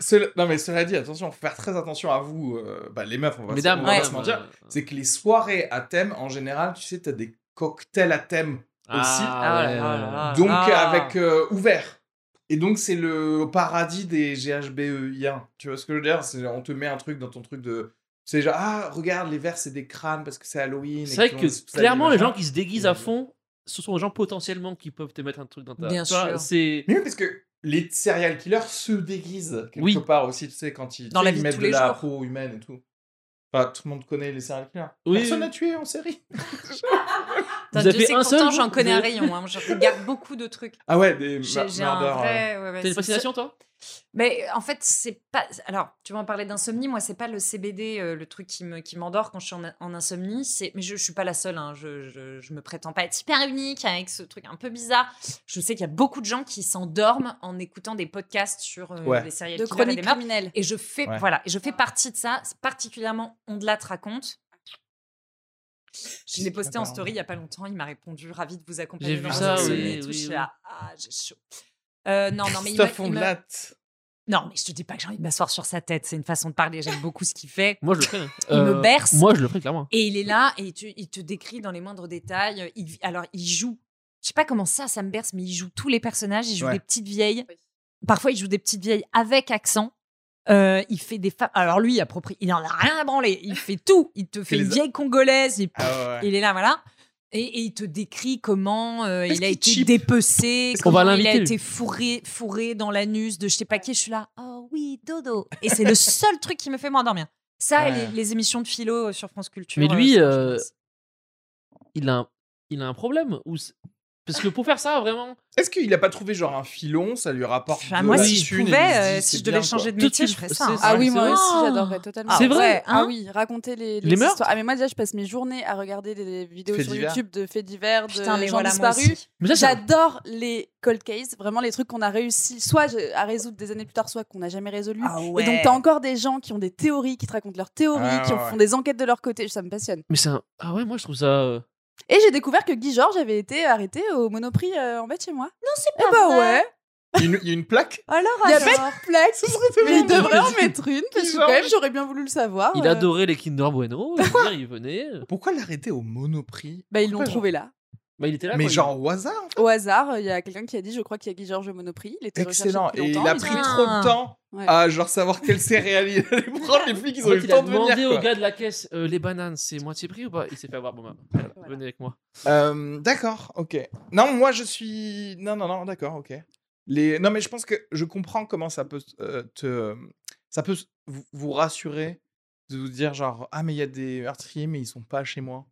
Cela- Non mais cela dit, attention, faut faire très attention à vous, euh, bah, les meufs, on va, Mesdames, on va ouais. pas se mentir. euh, C'est que les soirées à thème, en général, tu sais, t'as des cocktails à thème aussi. Ah, ouais. Donc Ah. avec euh, ouvert. Et donc c'est le paradis des GHBEI1. E Tu vois ce que je veux dire C'est on te met un truc dans ton truc de c'est genre ah regarde les verts c'est des crânes parce que c'est Halloween. et C'est vrai qu'on- que c'est ça, clairement, les machin. gens qui se déguisent à fond, ce sont les gens potentiellement qui peuvent te mettre un truc dans ta. Bien Tu vois, sûr. C'est. Mais oui parce que les serial killers se déguisent quelque Oui. part aussi. Tu sais quand ils, Dans tu la sais, vie ils de mettent tous de les la jours. peau humaine et tout. Enfin, tout le monde connaît les serial killers. Oui, Personne oui. n'a tué en série. Putain, Vous avez Dieu sait un que seul pourtant, jour j'en connais un de- rayon. hein. Je regarde beaucoup de trucs. Ah ouais des J'ai mur- j'ai un murders, euh, vrai. ouais, ouais, T'as une c'est- fascination, toi Mais euh, en fait, c'est pas. Alors, tu m'en parlais d'insomnie. Moi, c'est pas le CBD, euh, le truc qui me qui m'endort quand je suis en, en insomnie. C'est. Mais je, je suis pas la seule. hein. Je, je je me prétends pas être hyper unique avec ce truc un peu bizarre. Je sais qu'il y a beaucoup de gens qui s'endorment en écoutant des podcasts sur euh, Ouais. les séries De chronique criminelle. Et je fais Ouais. voilà, et je fais partie de ça, c'est particulièrement on de la te raconte. Je l'ai posté en D'accord. story il y a pas longtemps, il m'a répondu ravi de vous accompagner. J'ai vu dans ça, votre oui, sommeil et tout. oui, Je suis oui. là, ah, j'ai chaud. Euh, non, non, mais il, m'a- Christophe il me- Ondelat. non, mais je te dis pas que j'ai envie de m'asseoir sur sa tête. C'est une façon de parler. J'aime beaucoup ce qu'il fait. Moi, je le ferais. hein. Il me berce. Moi, je le ferais clairement. Et il est là et tu- il te décrit dans les moindres détails. euh, Il vit- alors, il joue. Je sais pas comment ça, ça me berce, mais il joue tous les personnages. Il joue Ouais. des petites vieilles. Parfois, il joue des petites vieilles avec accent. Euh, il fait des femmes. Alors, lui, il, propri... il en a rien à branler. Il fait tout. Il te fait les une a- vieille congolaise. Il... Ah ouais. il est là, voilà. Et, et il te décrit comment euh, il a qu'il été cheap dépecé, qu'on va comment il a l'inviter, lui été fourré, fourré dans l'anus de je sais pas qui. Je suis là, oh oui, dodo. Et c'est le seul truc qui me fait m'endormir. Ça, et Ouais. les, les émissions de philo euh, sur France Culture. Mais lui, ça, je euh, pense. Il a un, il a un problème. Ou c'est- Parce que pour faire ça, vraiment. Est-ce qu'il a pas trouvé genre un filon, ça lui rapporte Enfin, de moi, la si je thune et pouvais, il se dit, euh, c'est si je bien, devais quoi. changer de Tout métier, de je suite, ferais ça. c'est hein. ça. Ah oui, c'est moi vrai. aussi, Ah. j'adorerais totalement. Ah C'est vrai, Ah hein oui, raconter les, Les meurtres histoires. Ah mais moi déjà, je passe mes journées à regarder des, des vidéos Faits sur divers. YouTube de faits divers, de Putain, mais gens voilà, moi disparus. aussi. Mais ça, c'est- J'adore les cold cases, vraiment les trucs qu'on a réussi soit je- à résoudre des années plus tard, soit qu'on n'a jamais résolu. Ah Ah Et donc t'as encore des gens qui ont des théories, qui te racontent leurs théories, Ah, qui ouais, font des enquêtes de leur côté. Ça me passionne. Mais c'est un. Ah ouais, moi, je trouve ça. euh, Ah Et j'ai découvert que Guy Georges avait été arrêté au Monoprix euh, en bas de chez moi. Non, c'est pas Eh bah ouais. Il y a une- il y a une plaque Alors, Il y a alors. pas de plaque. Mais il devrait en mettre une, parce que quand même, j'aurais bien voulu le Ah savoir. Il Euh, adorait les Kinder Bueno. je veux dire, il venait. euh, Pourquoi l'arrêter au Monoprix Bah, ils l'ont trouvé là. Bah, il était là. Mais quoi, il- genre au hasard Au hasard, il y a quelqu'un qui a dit, je crois qu'il y a Guy Georges au Monoprix. Il était recherché Excellent. depuis Et il longtemps, a ils pris ont- ont- trop de temps Ouais. Ah. à genre savoir quelle céréale il allait prendre. Les flics, ils En ont fait, eu le il a temps de demandé venir. au quoi. gars de la caisse euh, les bananes, c'est moitié prix ou pas Il s'est fait avoir. Bon, bah, voilà, Voilà. venez avec moi. Euh, d'accord, ok. Non, moi je suis. Non, non, non, d'accord, ok. Les... Non, mais je pense que je comprends comment ça peut euh, te. Ça peut s- vous, vous rassurer de vous dire, genre, ah, mais il y a des meurtriers, mais ils sont pas chez moi.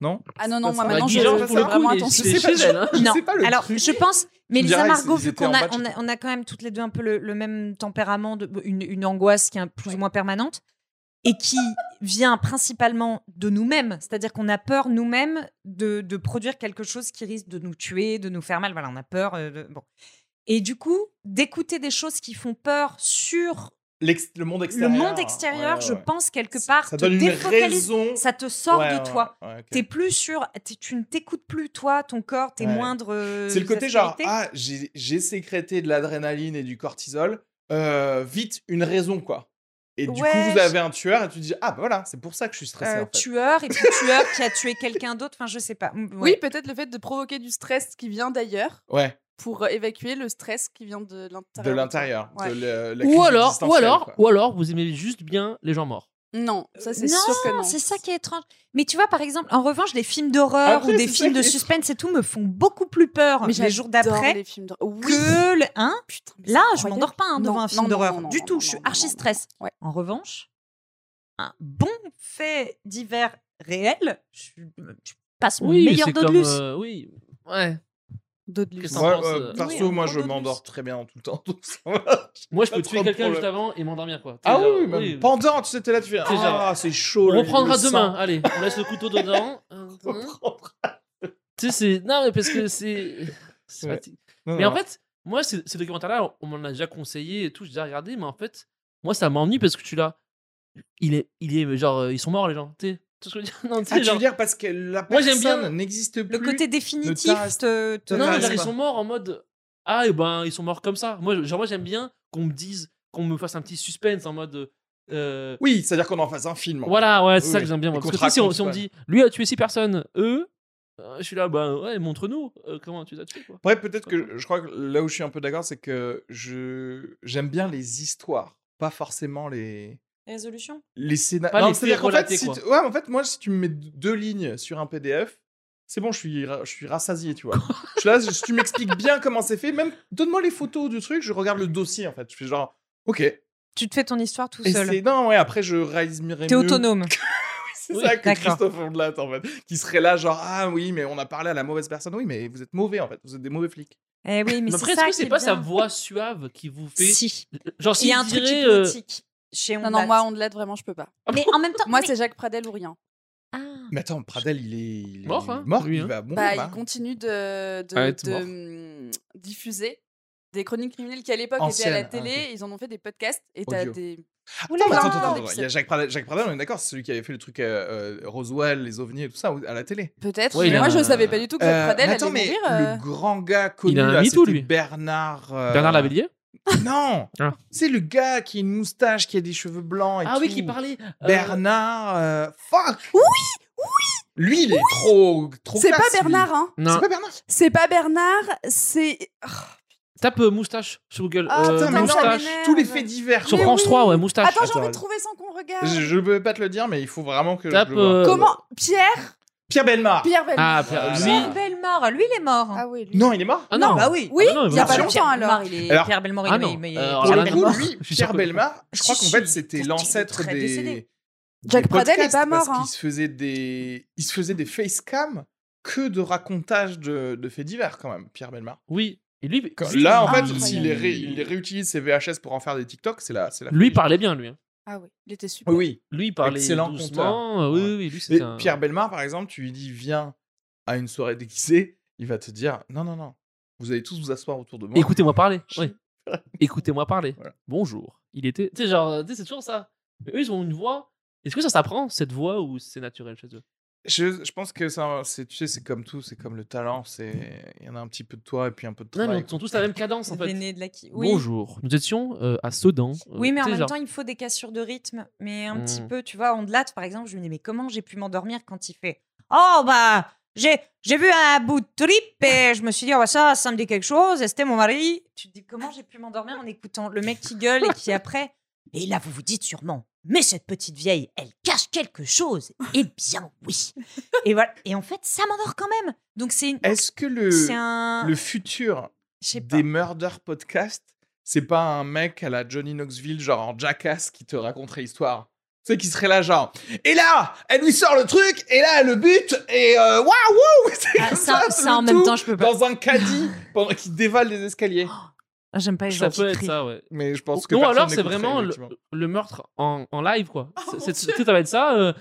Non Ah non, non, moi Bah, maintenant, Guy je Georges, je pour fais le coup, vraiment il est- attention. C'est Je sais pas- chez elle, hein. je- je Non. sais pas le Alors, truc. je pense, mais Tu me diras, Lisa ils- Margot, ils vu étaient qu'on en a, bas de on chez a, on a quand même toutes les deux un peu le, le même tempérament, de, une, une angoisse qui est un- plus ou moins permanente et qui vient principalement de nous-mêmes. C'est-à-dire qu'on a peur nous-mêmes de, de produire quelque chose qui risque de nous tuer, de nous faire mal. Voilà, on a peur. euh, de- bon. Et du coup, d'écouter des choses qui font peur sur L'ex- Le monde extérieur. le monde extérieur, ouais, je ouais. pense quelque part, Ça te donne une défocalise, raison. ça te sort Ouais, de ouais, toi. ouais, ok. T'es plus sûr, t'es- tu ne t'écoutes plus toi, ton corps, tes Ouais. moindres. euh, C'est le côté genre, aspérités. ah, j'ai j'ai sécrété de l'adrénaline et du cortisol. euh, vite, une raison, quoi. Et du Ouais, coup, vous je- avez un tueur et tu dis, ah, bah voilà, c'est pour ça que je suis stressé. Euh, en fait. tueur et puis tueur qui a tué quelqu'un d'autre. Enfin, je sais pas. Mm, Oui, ouais. peut-être le fait de provoquer du stress qui vient d'ailleurs Ouais, pour évacuer le stress qui vient de l'intérieur. de l'intérieur. Ouais. de le- la Ou crise alors, ou existentielle, alors, quoi. ou alors, vous aimez juste bien les gens morts. Non, ça c'est Non, sûr que non. Non, c'est ça qui est étrange. Mais tu vois, par exemple, en revanche, des films d'horreur Après, ou des c'est ça films de qui est- suspense et tout me font beaucoup plus peur Mais les jours d'après les films d'horreur. Oui. Oh, que le. Hein Putain, mais c'est Là, je incroyable. m'endors pas hein, devant Non, un film non, d'horreur. non, non, Du non, tout, non, je suis non, non, archi non, stress. non. Ouais. En revanche, un bon fait divers réel, je, suis- je passe mon meilleur c'est dos de comme, luce. euh, oui, ouais. D'autres Qu'est-ce Ouais, T'en penses, ouais, euh, perso, oui, un moi, gros je dos de m'endors luxe. très bien tout le temps. donc ça va. Moi, je Pas peux trop tuer de quelqu'un juste problème. avant et m'endormir quoi. ah T'es genre, oui, même pendant, tu sais, t'es là, tu fais, C'est genre- ah, c'est chaud. On le- reprendra le demain. sang. Allez, on laisse le couteau dedans. Euh, On reprendra. tu sais, c'est non mais parce que c'est. c'est Ouais. fatig- Non, Mais non, en fait, moi, ces, ces documentaires-là, on m'en a déjà conseillé et tout, j'ai déjà regardé, mais en fait, moi, ça m'ennuie parce que tu l'as. Il est, il est, genre, euh, ils sont morts, les gens. Tu sais, tu sais ce que je veux dire Non, tu sais, Ah, tu genre- veux dire parce que la Moi, j'aime bien personne n'existe plus. Le côté définitif t'arrête- te- te- Ça Non, mais t'intéresse genre, ils pas. sont morts en mode. Ah, et ben, ils sont morts comme ça. Moi, je- genre, moi, j'aime bien qu'on me dise, qu'on me fasse un petit suspense en mode. euh, Oui, c'est-à-dire qu'on en fasse un film. en Voilà, ouais, c'est Oui, ça oui. que j'aime bien. moi. Et Parce qu'on te que tu sais, si on, raconte si on me pas. dit, lui a tué six personnes, eux, euh, je suis là, bah ouais, montre-nous euh, comment tu as tué, quoi. Après, peut-être que je crois que là où je suis un peu d'accord, c'est que je j'aime bien les histoires, pas forcément les Résolution. les scénarios. Pas les faits relatés, fait, si quoi. tu- ouais, mais en fait, moi, si tu me mets deux lignes sur un PDF, c'est bon, je suis ra- je suis rassasié, tu vois. je suis là, si tu m'expliques bien comment c'est fait, même donne-moi les photos du truc, je regarde le dossier en fait, je fais genre. Ok. Et Tu te fais ton histoire tout seul. c'est non ouais après je réaliserai T'es mieux. autonome. C'est Oui, ça que d'accord. Christophe Ondelat en fait, qui serait là genre ah oui mais on a parlé à la mauvaise personne oui mais vous êtes mauvais en fait vous êtes des mauvais flics. Eh oui, mais Mais c'est après, est-ce ça que qui c'est est pas sa bien. voix suave qui vous fait. Si. Genre, Il s'il y a un truc dirait, euh, hypnotique chez Non, Ondat. non, moi, on de l'aide, vraiment, je peux pas. Mais en même temps, Moi, Ah, mais- c'est Jacques Pradel ou rien. Ah. Mais attends, Pradel, il est, il est Mort, hein, mort, lui, il hein. va mourir. Bah, hein. il continue de, de, Ah, être de, mort. hum, diffuser des chroniques criminelles qui, à l'époque, étaient à Anciennes, la ah, télé. ok. Ils en ont fait des podcasts. Et t'as Audio. des... Attends, mais là attends, là. attends, attends, attends, Il y a Jacques Pradel, Jacques Pradel, on est d'accord, c'est celui qui avait fait le truc euh, euh, Roswell, les ovnis et tout ça à la télé. Peut-être. Ouais, il mais a moi, je un- savais pas du tout que Euh, Jacques Pradel mais allait attends, mais mourir. euh, le grand gars connu, Il a un là, mytho, c'était lui. Bernard. euh, Bernard Lavillier Non Ah. C'est le gars qui a une moustache, qui a des cheveux blancs et Ah oui, tout. qui parlait. euh, Bernard. euh, Fuck Oui Oui Lui, il est trop, trop C'est pas classe, lui. Bernard, hein. Non, C'est pas Bernard C'est pas Bernard, c'est. tape euh, moustache sur Google. Ah, Euh, Putain, mais non, moustache. m'énerve. Tous les faits divers. Sur Mais France oui. 3, ouais, moustache. Attends, j'en ai attends. trouvé sans qu'on regarde. Je, je peux pas te le dire, mais il faut vraiment que. Tape, je le vois. euh, Comment Pierre Pierre Belmar Pierre Belmar. Ah, Pierre- Voilà. lui. Pierre Belmort, lui, il est mort. Ah oui, lui. Non, il est mort Ah non. bah oui. Oui, Ah bah non, il mais y bien a pas sûr. longtemps alors. Bellemare, il est... Alors- Pierre Belmort, il Ah est- non. mais- Euh, Pierre alors Pour le là, non. coup, Bellemare. lui, Je suis sûr Pierre que- Belmar, je crois Si, qu'en si, fait, c'était pourtant, il est l'ancêtre très des, décédé. Jacques des Pradel est podcasts pas mort. parce hein. qu'il se faisait des, il se faisait des facecam que de racontages de, de faits divers quand même, Pierre Belmar. Oui. Et lui, Quand- lui- Là, en ah, fait, incroyable. s'il les, ré- il les réutilise ses VHS pour en faire des TikTok, c'est la, c'est la. Lui folie. parlait bien, lui. hein. Ah oui, il était super. Oui, oui. Lui il parlait Excellent doucement. euh, Ouais. oui, oui, lui, Et c'était un... Pierre Belmar, par exemple, tu lui dis viens à une soirée déguisée, il va te dire non, non, non, vous allez tous vous asseoir autour de moi. Écoutez-moi parler. Oui. Écoutez-moi parler. Voilà. Bonjour. Il était. Tu sais, genre, tu sais, c'est toujours ça. Mais eux, ils ont une voix. Est-ce que ça s'apprend, cette voix, ou c'est naturel chez eux Je, je pense que ça, c'est, tu sais, c'est comme tout, c'est comme le talent, c'est il y en a un petit peu de toi et puis un peu de Non, mais travail. ils sont tous la même cadence en fait. L'aîné de la qui- Oui. Bonjour, nous étions euh, à Sedan. euh, Oui, mais tu en sais, même genre- temps, il me faut des cassures de rythme. Mais un petit Mm. peu, tu vois, on latte, par exemple, je me dis, mais comment j'ai pu m'endormir quand il fait Oh, bah, j'ai, j'ai vu un bout de trip et je me suis dit, oh, bah, ça, ça me dit quelque chose. Et c'était mon mari. Tu te dis, comment j'ai pu m'endormir en écoutant le mec qui gueule et qui après. Et là, vous vous dites sûrement, mais cette petite vieille, elle cache quelque chose. Eh bien, oui. Et voilà. Et en fait, ça m'endort quand même. Donc, c'est, une- Est-ce que le, c'est un. le futur Je sais pas. des murder podcasts, c'est pas un mec à la Johnny Knoxville, genre en jackass, qui te raconterait l'histoire tu sais, qui serait là, genre, et là, elle lui sort le truc, et là, elle le bute, et euh, waouh, waouh! C'est Ah, comme ça, tout ça, en le même tout temps, je peux pas. Dans un caddie, pendant qu'il dévale les escaliers. Ah, J'aime pas les ça gens qui peut être crient. ça, ouais. Mais je pense que. Ou personne alors c'est n'écouterait, vraiment le, effectivement. le meurtre en, en live quoi. Oh mon C'est- c'est- ça va être ça. euh,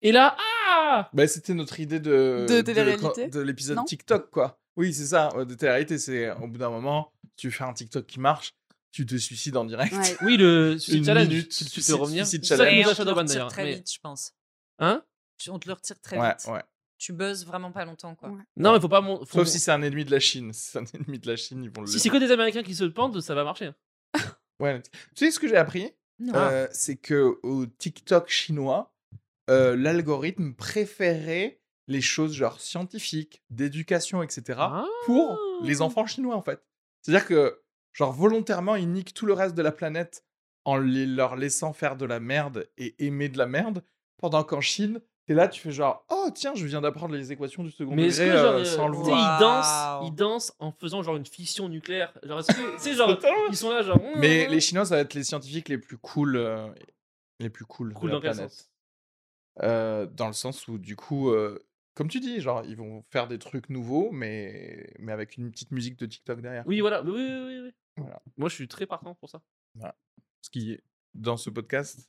et là, ah Bah, c'était notre idée de. De télé-réalité De l'épisode Non TikTok, quoi. Oui, c'est ça, euh, de télé-réalité. C'est au bout d'un moment, tu fais un TikTok qui marche, tu te suicides en direct. Ouais. Oui, le suicide Une challenge. minute, tu, tu peux suicide- revenir. suicide C'est ça challenge. que Et nous on a te fait le Doban, retire d'ailleurs. très mais- vite, je pense. Hein Tu- On te le retire très Ouais, vite. ouais. Tu buzzes vraiment pas longtemps, quoi. Ouais. Non, mais faut pas. mon- faut- Sauf si c'est un ennemi de la Chine. Si c'est un ennemi de la Chine, ils vont le. Si c'est que des Américains qui se pendent, ça va marcher. Ouais. Tu sais ce que j'ai appris Non. Euh, C'est que au TikTok chinois, euh, l'algorithme préférait les choses genre scientifiques, d'éducation, etc. Ah. pour les enfants chinois en fait. C'est-à-dire que, genre, volontairement, ils niquent tout le reste de la planète en les- leur laissant faire de la merde et aimer de la merde, pendant qu'en Chine, t'es là, tu fais genre, oh tiens, je viens d'apprendre les équations du second Mais est-ce degré que genre, euh, euh, sans le tu sais, vouloir. ils dansent, Wow. ils dansent en faisant genre une fission nucléaire. Genre, est-ce que, tu sais, genre, ils sont là genre. hmm, Mais les Chinois, ça va être les scientifiques les plus cool, euh, les plus cool, Cool de la dans quel planète. sens Euh, dans le sens où, du coup, euh, comme tu dis, genre, ils vont faire des trucs nouveaux, mais, mais avec une petite musique de TikTok derrière. Oui, voilà. Oui, oui, oui, oui. Voilà. Moi, je suis très partant pour ça. Parce qui dans ce podcast,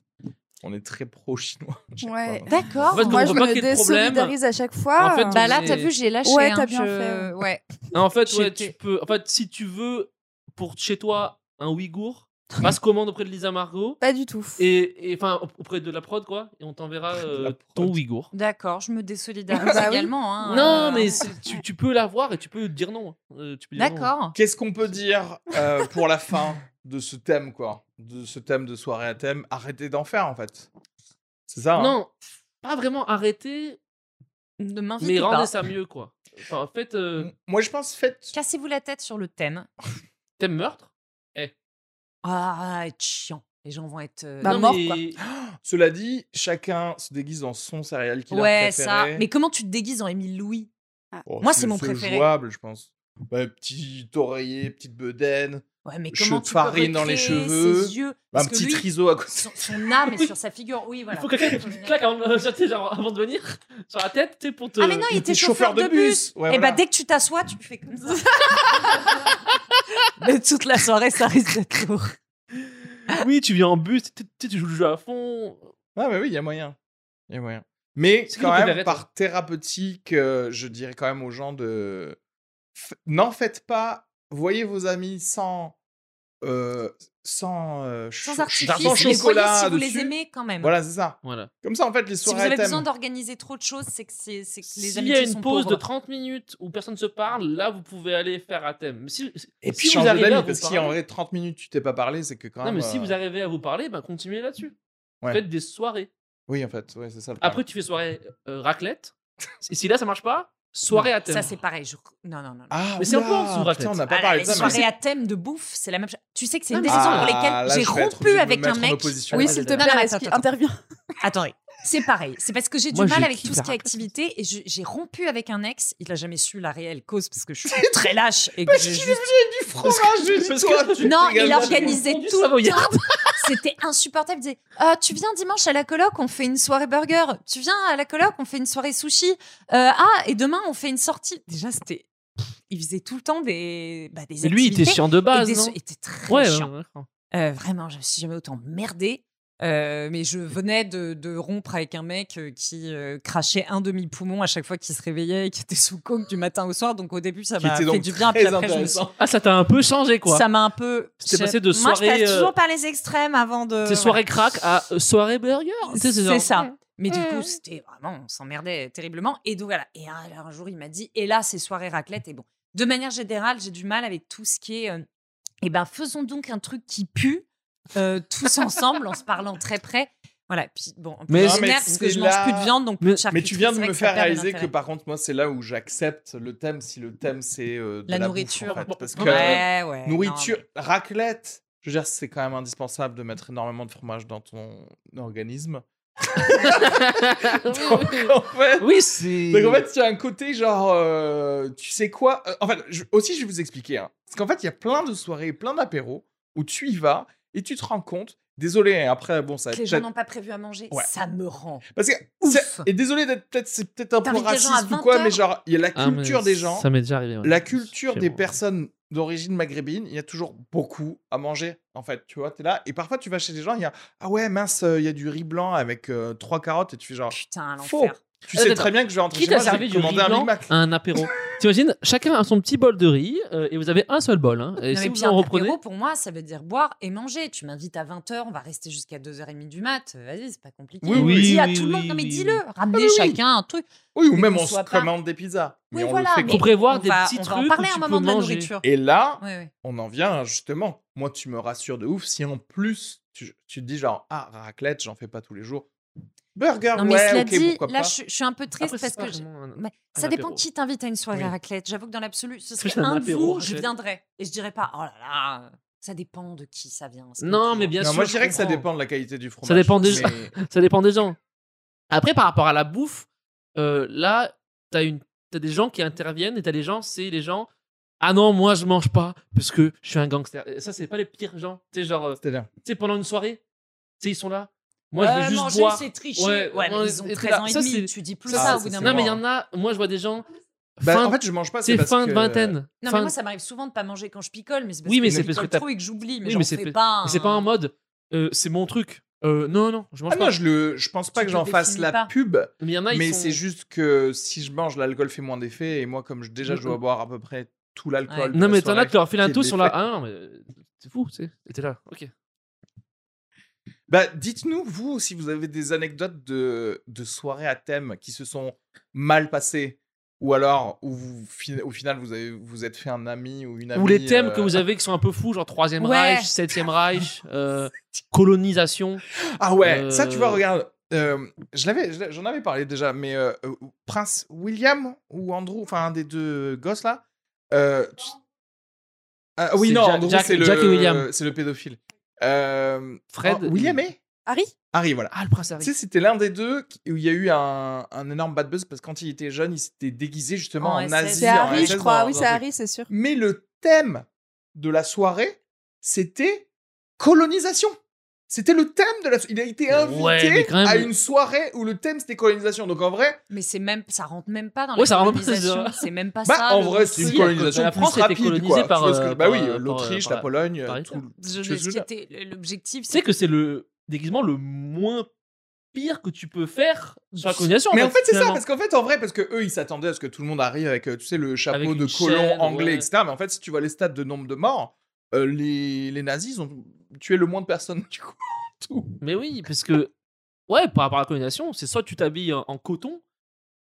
on est très pro-chinois. à chaque fois, Ouais. donc. D'accord. En fait, Moi, on je voit pas me qu'il y ait de problème. désolidarise à chaque fois. En fait, bah là, Mais- t'as vu, j'ai lâché. Ouais, hein, t'as bien je- fait. Ouais. Non, En fait, ouais, J'étais- tu peux. En fait, si tu veux pour chez toi un Ouïghour, passe commande auprès de Lisa Margot Pas du tout. et et- enfin auprès de la prod quoi, et on t'enverra Auprès de la euh, prod. ton Ouïghour. D'accord, je me désolidarise Bah oui. également. hein, Non, euh, mais c'est- tu, tu peux l'avoir et tu peux dire non. Euh, tu peux dire non. D'accord. Qu'est-ce qu'on peut dire euh, pour la fin de ce thème, quoi De ce thème de soirée à thème, arrêtez d'en faire, en fait. C'est ça hein Non, pas vraiment arrêter, Ne mais m'invitez rendez pas. ça mieux quoi. Enfin, en fait, euh, M- Moi, je pense, faites. Cassez-vous la tête sur le thème. t'aimes meurtre. Ah, être chiant. Les gens vont être. euh, Bah, Non, mort, mais- quoi. Cela dit, chacun se déguise dans son céréale qu'il ouais, a ça. préféré. Mais comment tu te déguises en Émile Louis Oh, moi, c'est mon préféré. jouable, je pense. Ouais, petit oreiller, petite bedaine, Ouais, mais Cheveux comment de tu farine peux dans les recréer cheveux. ses yeux un Parce que petit lui, triseau à côté. son, son âme est sur sa figure. Oui, voilà. Il faut que quelqu'un te claque avant, de- tu sais, genre, avant de venir sur la tête, tu sais, pour te. Ah mais non, il était chauffeur, de bus. Ouais, voilà. et bah dès que tu t'assois, tu fais comme ça. mais toute la soirée, ça risque d'être lourd. Oui, tu viens en bus, tu tu sais, tu joues le jeu à fond. Ah bah oui, il y a moyen. Il y a moyen. Mais C'est qui quand ton même, préféré, toi par thérapeutique, euh, je dirais quand même aux gens de... F- N'en faites pas, voyez vos amis sans... euh, sans... euh, Sans cho- artifice, sans mais soyez chocolat si vous dessus. les aimez quand même. Voilà, c'est ça. Voilà. Comme ça, en fait, les Si vous soirées à avez thème- besoin d'organiser trop de choses, c'est que, c'est, c'est que les S'il y amis a sont une pause de pauvres. 30 minutes où personne ne se parle, là, vous pouvez aller faire à thème. Mais Si, Et si bah, puis, vous changer arrivez à d'amis, vous parce parler- qu'en vrai, 30 minutes, tu t'es pas parlé, c'est que quand Non, même... mais si euh, vous arrivez à vous parler, ben, continuez là-dessus. Ouais. Faites des soirées. Oui, en fait, ouais, c'est ça le problème. Après, tu fais soirée euh, raclette. Et si là, ça marche pas, soirée à thème. Ça c'est pareil. je- Non non non. non. Ah, Mais c'est oula, encore en dessous, putain, raclette. on n'a pas Ah, là, parlé les de ça, mais soirées à thème de bouffe, c'est la même chose. Tu sais que c'est Ah, une des mais- raisons pour Ah, lesquelles là, j'ai je vais être rompu obligé de me avec un mettre en mec. opposition. Oui, Ah, s'il te d'accord. plaît, Non, non, Alessi, attends, attends, interviens. Attendez, c'est pareil. C'est parce que j'ai du Moi, mal je avec tout kiffe ce la qui est raclette. activité et je- j'ai rompu avec un ex. Il a jamais su la réelle cause parce que je suis très lâche et que j'ai juste- du fromage, je dis, Parce toi, que- tu Non, dégages il la- organisait du tout le Savoyard. temps. C'était insupportable. Il disait Ah, Tu viens dimanche à la coloc, on fait une soirée burger. Tu viens à la coloc, on fait une soirée sushi. Euh, ah, et demain, on fait une sortie. Déjà, c'était. Il faisait tout le temps des, bah, des Mais lui, il activités était chiant de et base. des- non il était très ouais, hein. chiant. ouais, d'accord. Euh, vraiment, je me suis jamais autant merdée. Euh, mais je venais de, de rompre avec un mec euh, qui euh, crachait un demi-poumon à chaque fois qu'il se réveillait et qui était sous coke du matin au soir. Donc au début, ça Qui m'a était fait donc du bien. Puis très après, je me suis intéressant. Ah, ça t'a un peu changé, quoi. ça m'a un peu. C'était je- passé de Moi, je soirée, passe euh, toujours par les extrêmes avant de. C'est soirée crack à euh, soirée burger. Tu sais, C'est genre- ça. Mais du Mhm. coup, c'était vraiment, on s'emmerdait terriblement. Et donc voilà. Et alors, un jour, il m'a dit, et là, c'est soirée raclette. Et bon, de manière générale, j'ai du mal avec tout ce qui est. euh, eh ben, faisons donc un truc qui pue euh, tous ensemble en se parlant très près. Voilà. Puis bon, en plus, Mais- je Non, mais m'énerve parce que c'est je mange là- plus de viande, donc Mais- plus de Mais tu charcuterie, viens de c'est vrai me que ça faire perd de réaliser que l'intérêt. par contre, moi, c'est là où j'accepte le thème si le thème c'est euh, de La bouffe, en nourriture. bah, fait, parce que Bon, Ouais, ouais. nourriture, non, raclette, je veux dire, c'est quand même indispensable de mettre énormément de fromage dans ton organisme. Donc, en fait, oui, c'est. Donc en fait, il y a un côté genre, euh, tu sais quoi euh, En fait, je- aussi, je vais vous expliquer. hein. Parce qu'en fait, il y a plein de soirées, plein d'apéros où tu y vas et tu te rends compte. Désolé, hein, après, bon, ça. mais va être que les gens peut-être- n'ont pas prévu à manger. Ouais. Ça me rend. Parce que Ouf. c'est- et désolé d'être peut-être, c'est peut-être un peu T'invites les gens à raciste ou quoi, 20 mais genre, il y a la Ah, mais culture des gens, Ça m'est déjà arrivé. ouais. la culture Chez des moi. personnes d'origine maghrébine. Il y a toujours beaucoup à manger, en fait. Tu vois, t'es là et parfois tu vas chez des gens, il y a ah ouais mince, euh, il y a du riz blanc avec euh, trois carottes et tu fais genre Putain, faux. l'enfer. Tu Euh, sais attends, très bien que je vais rentrer Qui chez t'a moi, je servi vais du riz commander un Big blanc Mac. à un apéro T'imagines, chacun a son petit bol de riz euh, et vous avez un seul bol. hein, et Non, si mais vous puis un en reprenez. apéro, pour moi, ça veut dire boire et manger. Tu m'invites à 20h, on va rester jusqu'à 2h30 du mat. Euh, Vas-y, c'est pas compliqué. Oui, oui, dis à oui, tout le monde, non mais oui, dis-le, ramenez oui, oui. chacun un truc. Oui, ou Mais même qu'on on se soit pas- commande des pizzas. Mais oui, on voilà. le fait mais Faut prévoir on des va- petits On va en trucs parler où à un tu moment peux de la manger. nourriture. Et là, Ouais, ouais. on en vient justement. Moi, tu me rassures de ouf. Si en plus, tu, tu te dis genre, ah, raclette, j'en fais pas tous les jours. Ah Burger, Non mais ouais, cela ok, dit, pourquoi là pas. je, je suis un peu triste Après, c'est parce pas que je- vraiment un- Mais un ça dépend apéro. qui t'invite à une soirée Oui. raclette. J'avoue que dans l'absolu, ce Parce que c'est serait un un de apéro vous, je raclette. viendrais. Et je dirais pas, oh là là, ça dépend de qui ça vient. c'est Non, compliqué. mais bien Non, sûr. moi, je dirais que ça comprends. dépend de la qualité du fromage. dépend des- Mais- Ça dépend des gens. Après, par rapport à la bouffe, euh, là, t'as une... t'as des gens qui interviennent et t'as des gens, c'est les gens. Ah non, moi je mange pas parce que je suis un gangster. Et Ça, c'est pas les pires gens. Tu sais, genre, euh, C'est-à-dire, tu sais, pendant une soirée, tu sais, ils sont là. Moi, Ouais, je veux juste Euh, manger, boire. c'est tricher. Ouais, Ouais, mais ouais, ils ont et 13 là, ans et ça, c'est- demi. Tu dis plus ça, ça, ça, au bout c'est d'un Non, mais il y marrant. moment. en a. Moi, je vois des gens. Bah, fin- en fait, je mange pas. c'est parce fin que- de vingtaine. Non, Fin- mais moi, ça m'arrive souvent de pas manger quand je picole, mais c'est parce Oui, mais que c'est je parce que picole t'as- trop et que j'oublie. Mais Oui, j'en mais c'est fais pas- pas. hein. mais c'est pas en mode. euh, c'est mon truc. Euh, non, non, je mange Ah pas. non, je, le... je pense pas Tu que te j'en fasse définis la pas. pub, Mais il y en a, ils mais sont- c'est juste que si je mange, l'alcool fait moins d'effet. Et moi, comme je- déjà, je dois boire à peu près tout l'alcool. Ouais. de Non, la mais t'en as, soirée, tu leur files un qui est tour sur la. défait. Ah non, mais euh, c'est fou, tu sais. Et T'es là, ok. Bah, dites-nous, vous, si vous avez des anecdotes de, de soirées à thème qui se sont mal passées, ou alors, où vous, fi- au final, vous avez, vous êtes fait un ami ou une amie. Ou les thèmes que euh, vous avez qui sont un peu fous, genre Troisième Ouais. Reich, Septième Reich, euh, colonisation. Ah ouais, ça, tu vois, Euh, regarde. euh, je l'avais, je l'ai- j'en avais parlé déjà, mais euh, euh, Prince William ou Andrew, enfin, un des deux gosses là. euh, tu- Ah oui, C'est non, Jack- Andrew, Jack- c'est le, Jack et William. c'est le pédophile. Euh, Fred. oh, William il- et Harry Harry, voilà. Ah, le prince Tu Harry. sais, c'était l'un des deux qui- où il y a eu un, un énorme bad buzz parce que quand il était jeune, il s'était déguisé justement En en, SS. nazi. C'est en Harry, SS, je crois. dans- Oui, dans c'est un truc. Harry, c'est sûr. Mais le thème de la soirée, c'était colonisation. C'était le thème de la. Il a été invité Ouais, mais quand même- à une soirée où le thème c'était colonisation. Donc en vrai, Mais c'est même, ça rentre même pas dans Ouais, la ça rentre pas, colonisation. ça. C'est même pas bah, Ah, ça. en le vrai, truc. c'est une aussi, la- colonisation la plus France a été rapide, colonisée quoi. Tu par, vois ce que- euh, bah par, oui, euh, par, l'Autriche, euh, la par- Pologne, par tout- Hitler. tout ce Je- ce qui truc-là. était l'objectif, Tu sais que c'est le déguisement le moins pire que tu peux faire sur la colonisation. Mais en fait, c'est ça, finalement. parce qu'en fait, en vrai, parce que eux, ils s'attendaient à ce que tout le monde arrive avec, euh, tu sais, le chapeau Avec une de colon chaîne, anglais, ouais. etc. Mais en fait, si tu vois les stats de nombre de morts, euh, les, les nazis ils ont tué le moins de personnes, du coup. Tout. Mais oui, parce que, ouais, par rapport à la colonisation, c'est soit tu t'habilles en, en coton,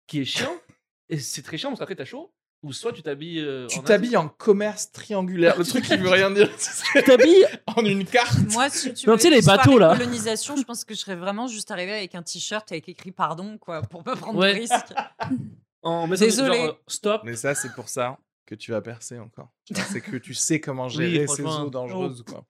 qui est chiant, et c'est très chiant parce qu'après t'as chaud, ou soit tu t'habilles. euh, en Tu nazi. t'habilles en commerce triangulaire, le truc qui veut rien dire, Tu t'habilles en une carte. Moi, si tu Non, veux tu sais, une les bateaux, soirée là. colonisation, je pense que je serais vraiment juste arrivée avec un t-shirt avec écrit pardon, quoi, pour pas prendre Ouais. de risque. en maison de- Désolé. genre, euh, stop. Mais ça, c'est pour ça que tu vas percer encore. Genre, C'est que tu sais comment gérer ces franchement. eaux dangereuses, quoi.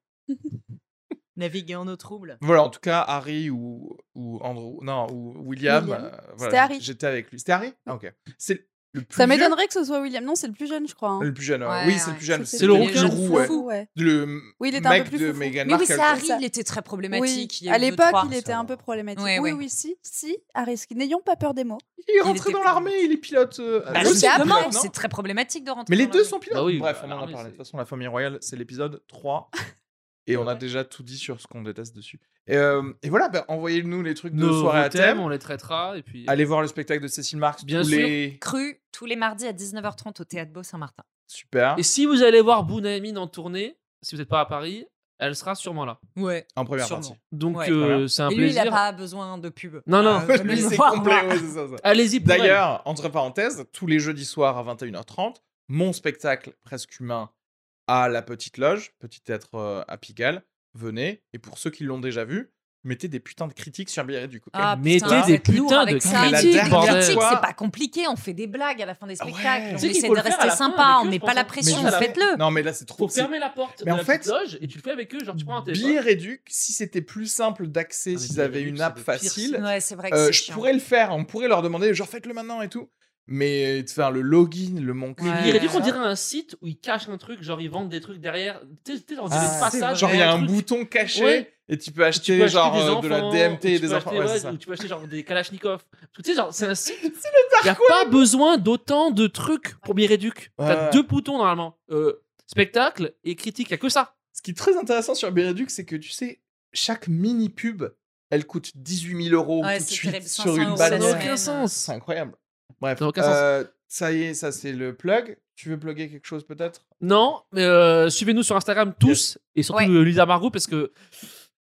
Naviguer en eau trouble. Voilà, en tout cas, Harry ou, ou Andrew, non, ou William. William. euh, voilà, C'était Harry. J'étais avec lui. C'était Harry Ah, ok. C'est le plus Ça vieux m'étonnerait que ce soit William. Non, c'est le plus jeune, je crois. hein. Le plus jeune, ouais. Ouais, oui, c'est ouais. le plus jeune. C'était C'est le mec rouquin de plus roux, ouais. fou, ouais. Le Oui, il était un peu mec plus de foufou. Meghan Mais oui, Markle. c'est Harry, ça. il était très problématique. Oui, il y a à eu deux, l'époque, trois. il était un peu problématique. Ouais, oui, ouais. oui, si, si, à risque. N'ayons pas peur des mots. Il est Il rentré était dans plus- l'armée, il est pilote. euh, Bah, lui aussi, il est justement, pilote, non c'est très problématique de rentrer. Mais les dans deux la- sont pilotes. Bah oui, Bref, bah, on en a l'armée, parlé. De c'est- toute façon, la famille royale, c'est l'épisode 3. Et on a déjà tout dit sur ce qu'on déteste dessus. Et, euh, et voilà, bah, envoyez-nous les trucs de Nos soirée à vos thèmes, thème. on les traitera, et puis. Allez voir le spectacle de Cécile Marx. Bien tous sûr. les- Cru tous les mardis à 19h30 au Théâtre Beau Saint-Martin. Super. Et si vous allez voir Bounaïmin en tournée, si vous n'êtes pas à Paris, elle sera sûrement là. Ouais. En première Sûrement. partie. Donc Ouais. euh, Très bien. c'est un Et lui, il plaisir. a pas besoin de pub. Non, non. Euh, Lui, venez le c'est voir. complet, ouais, c'est ça, ça. Allez-y. pour elle. D'ailleurs, entre parenthèses, tous les jeudis soirs à 21h30, mon spectacle presque humain à la petite loge, petit être euh, à Pigalle, venez. Et pour ceux qui l'ont déjà vu, mettez des putains de critiques sur Billet du coup. Ah, Mettez des putain, vous êtes lourd putains avec de ça. critiques, Des bordel. critiques, Quoi c'est pas compliqué, on fait des blagues à la fin des spectacles, ouais. on Tu sais qu'il essaie faut de le faire à rester la fin sympa, avec on eux, met je pas pense. la Mais pression, je sais. faites-le. Non, mais là, c'est trop. Faut c'est- fermer la porte Mais de en la fait, petite loge et tu le fais avec eux. Genre, tu prends un téléphone. Billet Réduc, si c'était plus simple Ah, d'accès, mais s'ils Billet avaient Réduc, une c'est app le pire. facile, Ouais, c'est vrai que euh, c'est je chiant. pourrais le faire. On pourrait leur demander, genre, faites-le maintenant et tout. Mais de faire le login, le mon hein. Ouais. Il Billet aurait dû Réduc, qu'on dirait un site où ils cachent un truc, genre ils vendent des trucs derrière. Tu sais, tu sais, genre, on dirait Ah, le c'est passage. Genre, il y a un truc. bouton caché Ouais. et tu peux acheter, Tu peux acheter genre des euh, enfants, de la DMT ou et tu des peux enfants. acheter, ouais, ouais, c'est ça. ou tu peux acheter genre des Kalachnikov. Parce que tu sais, genre, c'est un site. Il n'y a pas besoin d'autant de trucs pour bien réduc. T'as Ouais. deux boutons normalement. Euh, spectacle et critique, il n'y a que ça. Ce qui est très intéressant sur Bireduc, c'est que tu sais, chaque mini pub, elle coûte 18 000 euros Ouais, tout de c'est suite terrible, sur 500 une euros Ça balle. la n'a semaine. aucun sens. C'est incroyable. Bref, Ça n'a aucun sens. euh, ça y est, ça c'est le plug. Tu veux plugger quelque chose peut-être Non, mais euh, suivez-nous sur Instagram tous et surtout Ouais. euh, Lisa Margot parce que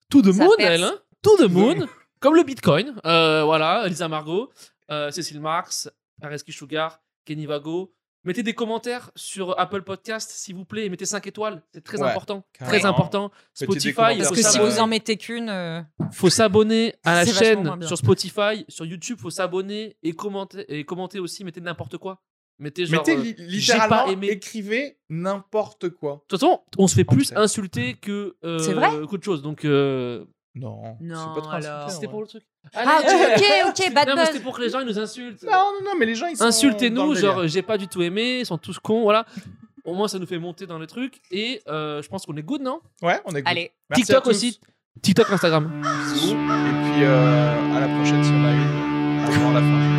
tout de Ça monde, perce. elle, hein, tout de de monde, comme le Bitcoin. Euh, voilà, Lisa Margot, euh, Cécile Marx, Areski Sugar, Kenny Vago. Mettez des commentaires sur Apple Podcast, s'il vous plaît, et mettez 5 étoiles, c'est très Ouais, important, très carrément. important. Mettez des Spotify, commentaires il Parce faut que si ça, s'abonner. ouais. vous en mettez qu'une, euh, faut s'abonner à la C'est vachement moins chaîne bien. sur Spotify, sur YouTube, faut s'abonner et commenter et commenter aussi, mettez n'importe quoi. Mettez genre Mettez euh, li- j'ai littéralement, pas aimé. écrivez n'importe quoi. De toute façon, on se fait Oh, plus putain. insulter que euh, C'est vrai qu'autre chose. Donc euh, Non, Non, c'est pas très alors. insultant, c'était ouais. pour le truc. euh, Ah, ok, ok, bad non, mais c'était buzz. pour que les gens ils nous insultent. Non, non, non, mais les gens ils sont. dans Insultez-nous, le délire. genre j'ai pas du tout aimé, ils sont tous cons, voilà. Au moins ça nous fait monter dans le truc et euh, je pense qu'on est good, non Ouais, on est good. Allez, Merci TikTok à tous. aussi. TikTok, Instagram. Et puis euh, à la prochaine si on a eu avant la fin.